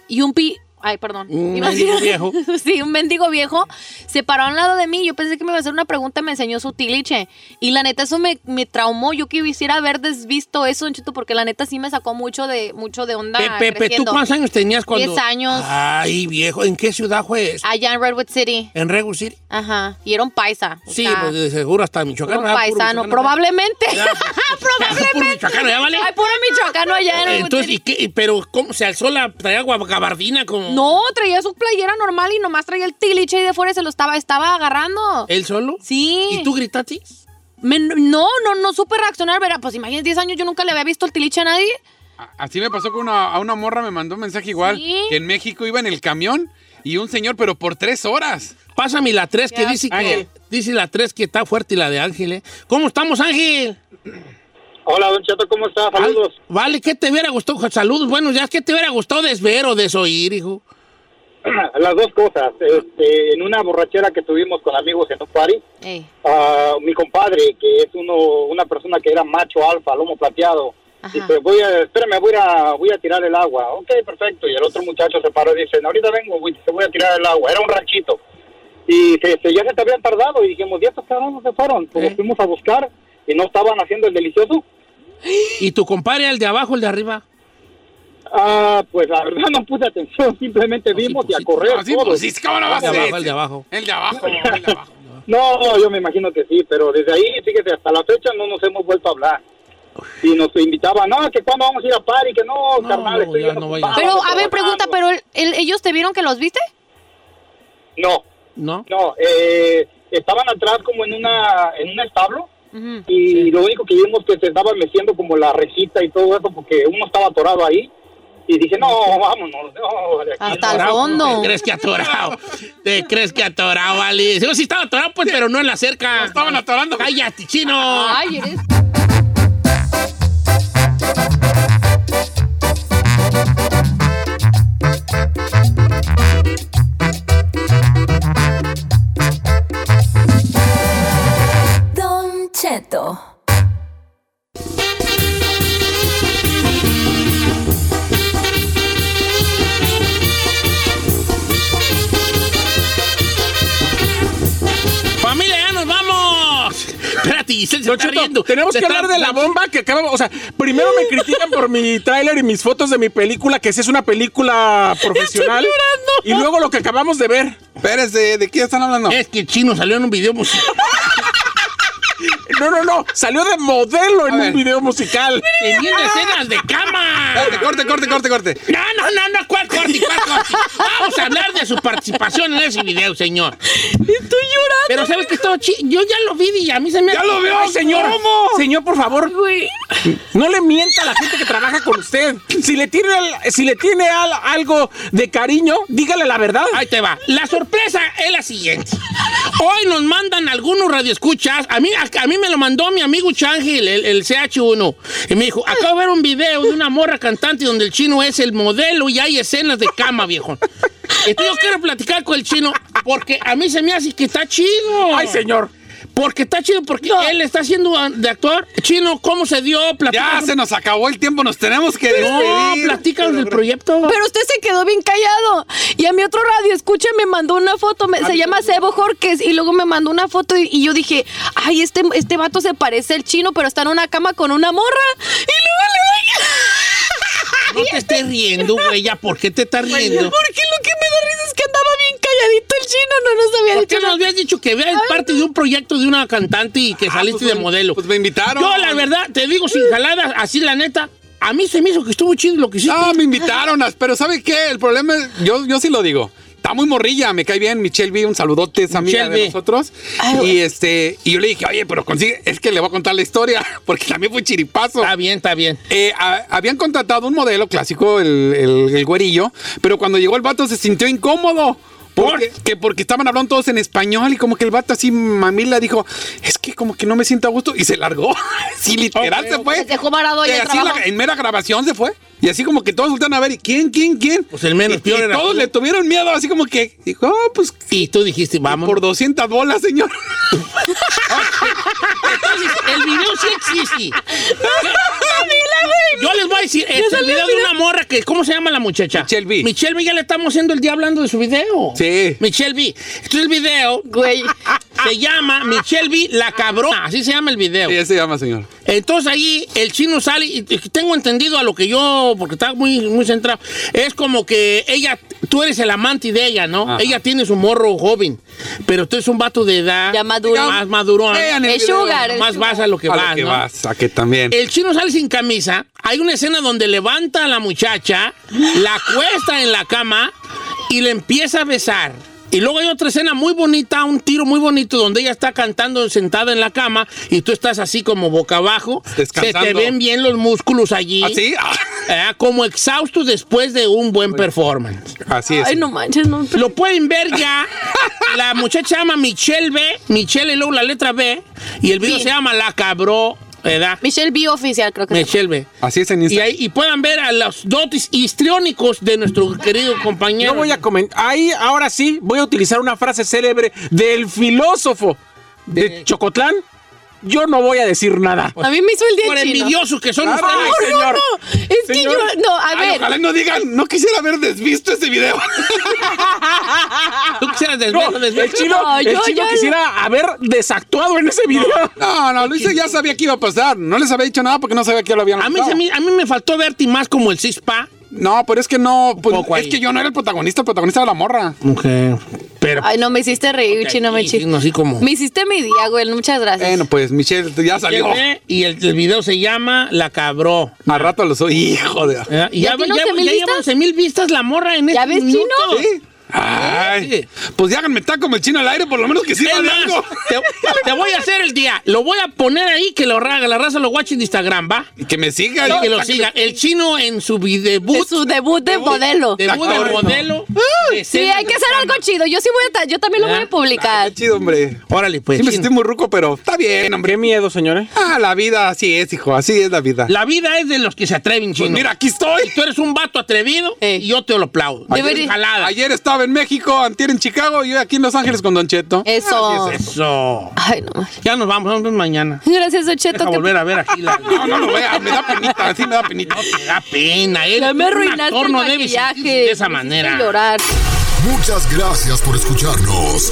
Speaker 2: Y un pi... Ay, perdón.
Speaker 1: Un
Speaker 2: Iba a
Speaker 1: mendigo
Speaker 2: decir-
Speaker 1: viejo.
Speaker 2: sí, un mendigo viejo se paró a un lado de mí. Yo pensé que me iba a hacer una pregunta y me enseñó su tiliche. Y la neta, eso me, me traumó. Yo quisiera haber desvisto eso, Don Cheto, porque la neta sí me sacó mucho de, mucho de onda.
Speaker 1: Pepe, Pepe, ¿tú
Speaker 2: creciendo.
Speaker 1: cuántos años tenías cuando?
Speaker 2: Diez años. Ah.
Speaker 1: Ay, viejo, ¿en qué ciudad fue eso?
Speaker 2: Allá en Redwood City.
Speaker 1: ¿En Regu City?
Speaker 2: Ajá. Y era un paisa. o
Speaker 1: Sí,
Speaker 2: sea,
Speaker 1: pues de seguro hasta
Speaker 2: era
Speaker 1: Michoacán.
Speaker 2: un
Speaker 1: ¿verdad? Puro
Speaker 2: paisano.
Speaker 1: michoacano,
Speaker 2: Probablemente.
Speaker 1: ¿verdad? Ya, pues, ya, Puro
Speaker 2: Probablemente.
Speaker 1: michoacano, ¿ya vale?
Speaker 2: Ay, puro michoacano allá en Redwood
Speaker 1: Entonces,
Speaker 2: City.
Speaker 1: ¿y qué? ¿Y ¿Pero cómo se alzó la traía guab- gabardina como
Speaker 2: No, traía su playera normal y nomás traía el tiliche ahí de fuera y se lo estaba, estaba agarrando.
Speaker 1: él solo?
Speaker 2: Sí.
Speaker 1: Eh, ¿Y tú gritaste?
Speaker 2: Me- no, no, no supe reaccionar, verá, pues imagínate, 10 años yo nunca le había visto el tiliche a nadie.
Speaker 4: A- Así me pasó con una, a una morra, me mandó un mensaje igual.
Speaker 2: Sí.
Speaker 4: Que en México iba en el camión y un señor, pero por tres horas.
Speaker 1: Pásame la 3 que
Speaker 2: Ya.
Speaker 1: dice que
Speaker 3: Ángel.
Speaker 1: dice la 3 que está fuerte y la de Ángel, ¿eh? ¿Cómo estamos, Ángel?
Speaker 7: Hola, Don Cheto, ¿cómo está? Saludos.
Speaker 1: Al- Vale, ¿qué te hubiera gustado? Pues, Saludos, bueno, ya es que te hubiera gustado desver o desoír, hijo.
Speaker 7: Las dos cosas. Este, en una borrachera que tuvimos con amigos en un party,
Speaker 2: Ey,
Speaker 7: ah, mi compadre, que es uno, una persona que era macho alfa, lomo plateado,
Speaker 2: Ajá.
Speaker 7: dice, voy a, espérame, voy a, voy a tirar el agua. Ok, perfecto. Y el otro muchacho se paró y dice, "No, ahorita vengo, güey, te voy a tirar el agua. Era un ranchito. Y se- se- ya se te habían tardado y dijimos, ya estos cabrones se fueron. Pues los
Speaker 1: ¿Eh?
Speaker 7: fuimos a buscar y no estaban haciendo el delicioso.
Speaker 1: ¿Y tu compadre, el de abajo, el de arriba?
Speaker 7: Ah, pues la verdad no puse atención, simplemente vimos y a correr.
Speaker 4: Así,
Speaker 7: todos.
Speaker 4: pues, sí, ¿cómo no va a
Speaker 1: El de
Speaker 4: ser?
Speaker 1: abajo, el de abajo.
Speaker 4: El de abajo, el de abajo.
Speaker 7: No, no, yo me imagino que sí, pero desde ahí, fíjese, hasta la fecha no nos hemos vuelto a hablar. Y nos invitaban, no, que cuando vamos a ir a par y que no,
Speaker 1: No,
Speaker 7: carnal,
Speaker 1: no,
Speaker 7: estoy
Speaker 1: ya
Speaker 7: bien
Speaker 1: no vaya.
Speaker 7: ocupado,
Speaker 2: Pero, a ver,
Speaker 7: trabajando".
Speaker 2: pregunta, ¿pero el- el- ellos te vieron que los viste?
Speaker 7: No,
Speaker 1: ¿No?
Speaker 7: no, eh, estaban atrás como en una en un establo
Speaker 2: Ujú.
Speaker 7: y lo único que vimos que se estaba meciendo como la rejita y todo eso porque uno estaba atorado ahí. Y dije, no, vámonos, no, de aquí
Speaker 2: Hasta el
Speaker 7: no".
Speaker 2: fondo.
Speaker 1: pues, Te crees que atorado. Te crees que atorado, vale. Digo, sí estaba atorado, pues, pero no en la cerca. estaban atorando. Cállate, chino.
Speaker 2: Ay, eres...
Speaker 8: Don Cheto.
Speaker 1: Familia, ya nos vamos. Espérate, Giselle, se
Speaker 3: Don
Speaker 1: está
Speaker 3: Cheto,
Speaker 1: riendo.
Speaker 3: tenemos
Speaker 1: Se
Speaker 3: que
Speaker 1: está-
Speaker 3: hablar de la bomba que acabamos. O sea, primero me critican por mi tráiler y mis fotos de mi película, que sí es una película profesional. y luego lo que acabamos de ver.
Speaker 4: Espérese, ¿de qué están hablando?
Speaker 1: Es que Chino salió en un video pues, musical.
Speaker 3: No, no, no. Salió de modelo en
Speaker 4: A ver.
Speaker 3: un video musical.
Speaker 1: Teniendo escenas de cama.
Speaker 4: Espérate, corte, corte, corte, corte.
Speaker 1: No, no, no, no, ¿cuál corte, cuál corte? Vamos a hablar de su participación en ese video, señor.
Speaker 2: Estoy llorando.
Speaker 1: Pero ¿sabes qué todo chi- Yo ya lo vi y a mí se me...
Speaker 3: ¡Ya lo veo,
Speaker 1: Ay,
Speaker 3: señor! Señor, por favor,
Speaker 2: Güey.
Speaker 3: no le mienta a la gente que trabaja con usted. Si le tiene, al- si le tiene al- algo de cariño, dígale la verdad.
Speaker 1: Ahí te va. La sorpresa es la siguiente. Hoy nos mandan algunos radioescuchas. A mí, a, a mí me lo mandó mi amigo Changel, el, el CH1. Y me dijo, acabo de ver un video de una morra cantante donde el chino es el modelo y hay escenas de cama, viejo. Entonces yo quiero platicar con el chino porque a mí se me hace que está chido.
Speaker 3: Ay, señor.
Speaker 1: Porque está chido, porque él está haciendo de actor. Chino, ¿cómo se dio? Platica-
Speaker 4: Ya se nos acabó el tiempo, nos tenemos que
Speaker 1: No,
Speaker 4: despedir.
Speaker 1: platícanos del proyecto.
Speaker 2: Pero usted se quedó bien callado. Y a mi otro radio, escucha, me mandó una foto. me- se llama Sebo Jorques. Y luego me mandó una foto y, y yo dije, ay, este, este vato se parece al chino, pero está en una cama con una morra. Y luego le doy...
Speaker 1: No te estés riendo, güey. ya, ¿Por qué te estás
Speaker 4: Pues,
Speaker 1: riendo?
Speaker 2: Porque lo que me da risa es que andaba bien calladito el chino, no nos había
Speaker 1: ¿Por qué
Speaker 2: dicho
Speaker 1: nos
Speaker 2: nada.
Speaker 1: habías dicho que eras parte de un proyecto de una cantante y que saliste
Speaker 4: pues,
Speaker 1: de modelo?
Speaker 4: pues, me invitaron.
Speaker 1: Yo, la verdad, te digo sin jaladas, así la neta, a mí se me hizo que estuvo chido lo que hiciste.
Speaker 4: Ah, me invitaron, as- pero ¿sabe qué? El problema es, yo, yo sí lo digo. Está muy morrilla, me cae bien Michelle B, un saludote, esa amiga
Speaker 1: Michelle B.
Speaker 4: de nosotros. y este, y yo le dije, oye, pero consigue, es que le voy a contar la historia, porque también fue chiripazo.
Speaker 1: Está bien, está bien.
Speaker 4: Eh, a- habían contratado un modelo clásico, el, el- el güerillo, pero cuando llegó el vato se sintió incómodo. Porque, que porque estaban hablando todos en español y como que el vato así mamila dijo, es que como que no me siento a gusto y se largó. sí, literal se fue.
Speaker 2: Se dejó varado ahí
Speaker 4: Eh,
Speaker 2: el
Speaker 4: así
Speaker 2: trabajo.
Speaker 4: la- en mera grabación se fue. Y así como que todos voltean a ver, ¿y quién, quién, quién?
Speaker 1: Pues el menos
Speaker 4: Y- y
Speaker 1: peor era
Speaker 4: todos
Speaker 1: tú.
Speaker 4: le tuvieron miedo, así como que dijo, "Ah, pues
Speaker 1: Y tú dijiste, vamos.
Speaker 4: por 200 bolas, señor.
Speaker 1: Entonces, el video sí existe. Yo les voy a decir, este el video de una morra que, ¿cómo se llama la muchacha?
Speaker 4: Michelle B.
Speaker 1: Michelle B, ya le estamos haciendo el día hablando de su video.
Speaker 4: Sí.
Speaker 1: Michelle B. Entonces el video
Speaker 2: Güey.
Speaker 1: se llama Michelle B, la cabrona. Así se llama el video.
Speaker 4: Sí, ese llama, señor.
Speaker 1: Entonces ahí el chino sale, y y tengo entendido a lo que yo, porque está muy, muy centrado, es como que ella, tú eres el amante de ella, ¿no?
Speaker 4: Ajá.
Speaker 1: Ella tiene su morro joven, pero tú eres un vato de edad.
Speaker 2: Ya maduro.
Speaker 1: Más madurón.
Speaker 4: Vean el
Speaker 2: El
Speaker 4: video.
Speaker 2: sugar.
Speaker 1: Más vas a lo que
Speaker 4: a
Speaker 1: vas,
Speaker 4: lo que
Speaker 1: ¿no?
Speaker 4: vas, a que
Speaker 2: Eh,
Speaker 4: también.
Speaker 1: El chino sale sin camisa. Hay una escena donde levanta a la muchacha, la cuesta en la cama y le empieza a besar. Y luego hay otra escena muy bonita, un tiro muy bonito, donde ella está cantando sentada en la cama y tú estás así como boca abajo. Se
Speaker 4: Descansando.
Speaker 1: te ven bien los músculos allí.
Speaker 4: Así, ah,
Speaker 1: eh, como exhaustos después de un buen performance.
Speaker 4: así es.
Speaker 2: Ay, no manches, no.
Speaker 1: Lo pueden ver ya. La muchacha se llama Michelle B. Michelle y luego la letra B. Y el video
Speaker 2: Sí.
Speaker 1: se llama La Cabró, ¿verdad?
Speaker 2: Michelle B. Oficial, creo que se
Speaker 1: Michelle B.
Speaker 4: Así es en
Speaker 1: Y,
Speaker 4: Instagram.
Speaker 1: ahí- y puedan ver a los dotes histriónicos de nuestro querido compañero.
Speaker 3: No voy a comentar. Ahí, ahora sí, voy a utilizar una frase célebre del filósofo de, Chocotlán. Yo no voy a decir nada.
Speaker 2: llama. A mí me hizo el día
Speaker 1: Por
Speaker 2: chino.
Speaker 1: envidiosos que son
Speaker 3: Claro,
Speaker 1: ustedes.
Speaker 3: sí.
Speaker 2: No, no,
Speaker 3: Señor.
Speaker 2: no. Es que
Speaker 3: Señor.
Speaker 2: yo. No, a
Speaker 4: Ay,
Speaker 2: ver.
Speaker 4: ojalá y no digan, no quisiera haber desvisto ese video.
Speaker 1: Tú quisieras desver-
Speaker 3: No,
Speaker 1: desver-
Speaker 3: el chino,
Speaker 2: No,
Speaker 3: el
Speaker 2: yo-
Speaker 3: chino
Speaker 2: yo-
Speaker 3: quisiera haber desactuado en ese video.
Speaker 4: no, no, Luis ya sabía que iba a pasar. No les había dicho nada porque no sabía que lo habían
Speaker 1: A mí, se
Speaker 4: lanzado.
Speaker 1: me- a mí me faltó verte más como el cispa.
Speaker 4: No, pero es que no, pues,
Speaker 1: Poco
Speaker 4: es
Speaker 1: ahí.
Speaker 4: que yo no era el protagonista, el protagonista era la morra.
Speaker 1: Mujer. Pero.
Speaker 2: Ay, no, me hiciste reír, chino, me
Speaker 1: aquí,
Speaker 2: chino.
Speaker 1: así como-
Speaker 2: Me hiciste mi día, güey. Muchas gracias.
Speaker 4: Bueno, pues Michelle ya salió.
Speaker 1: Y el, el video se llama La Cabró.
Speaker 4: A rato los oí, hijo de.
Speaker 1: ¿verdad? Y
Speaker 2: ¿Ya
Speaker 1: ya,
Speaker 2: tiene
Speaker 1: ya-
Speaker 2: 11,000
Speaker 1: ya lleva
Speaker 2: vistas?
Speaker 1: 11 mil vistas la morra en
Speaker 2: ¿Ya
Speaker 1: este
Speaker 2: ves,
Speaker 1: minuto.
Speaker 2: chino?
Speaker 4: Sí. Ay, pues ya háganme taco como el chino al aire, por lo menos que siga
Speaker 1: Es más,
Speaker 4: hablando.
Speaker 1: te, te voy a hacer el día. Lo voy a poner ahí que lo raga, la raza lo watch en Instagram, ¿va?
Speaker 4: Que me siga.
Speaker 1: Y que lo siga. El chino en su vi- debut.
Speaker 2: Su debut de modelo.
Speaker 1: Debut de
Speaker 4: Correcto.
Speaker 1: modelo. de
Speaker 2: Sí,
Speaker 1: Selena
Speaker 2: hay que hacer algo chido. Yo sí voy a, ta- yo también lo voy
Speaker 1: Ah,
Speaker 2: a publicar.
Speaker 4: Chido, hombre.
Speaker 1: Órale, pues.
Speaker 4: Sí me
Speaker 1: chino.
Speaker 4: sentí muy ruco, pero está bien, hombre.
Speaker 3: Qué miedo, señores.
Speaker 4: Ah, la vida así es, hijo. Así es la vida.
Speaker 1: La vida es de los que se atreven, chino.
Speaker 4: Pues mira, aquí estoy.
Speaker 1: Si tú eres un vato atrevido,
Speaker 2: Eh.
Speaker 1: y yo te lo aplaudo.
Speaker 2: Debería-
Speaker 1: Jalada.
Speaker 4: Ayer estaba en México, antier en Chicago y hoy aquí en Los Ángeles con Don Cheto.
Speaker 2: Eso.
Speaker 1: Eso.
Speaker 2: Ay, no.
Speaker 1: Ya nos vamos, nos vemos mañana.
Speaker 2: Gracias, Don
Speaker 1: Deja
Speaker 2: Cheto. que-
Speaker 1: volver a ver aquí la...
Speaker 4: No, no lo vea, me da penita, sí me da penita.
Speaker 1: Te da pena, eh.
Speaker 2: Ya me
Speaker 1: Un
Speaker 2: arruinaste
Speaker 1: actor
Speaker 2: el
Speaker 1: no debe
Speaker 2: maquillaje.
Speaker 1: sentirse de esa
Speaker 2: Me hiciste
Speaker 1: manera.
Speaker 2: llorar.
Speaker 10: Muchas gracias por escucharnos.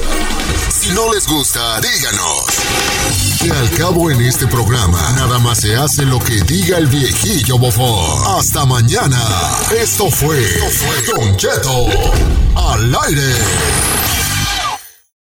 Speaker 10: Si no les gusta, díganos. Que al cabo en este programa, nada más se hace lo que diga el viejillo bofón. Hasta mañana. Esto fue, Esto fue Don Cheto al aire.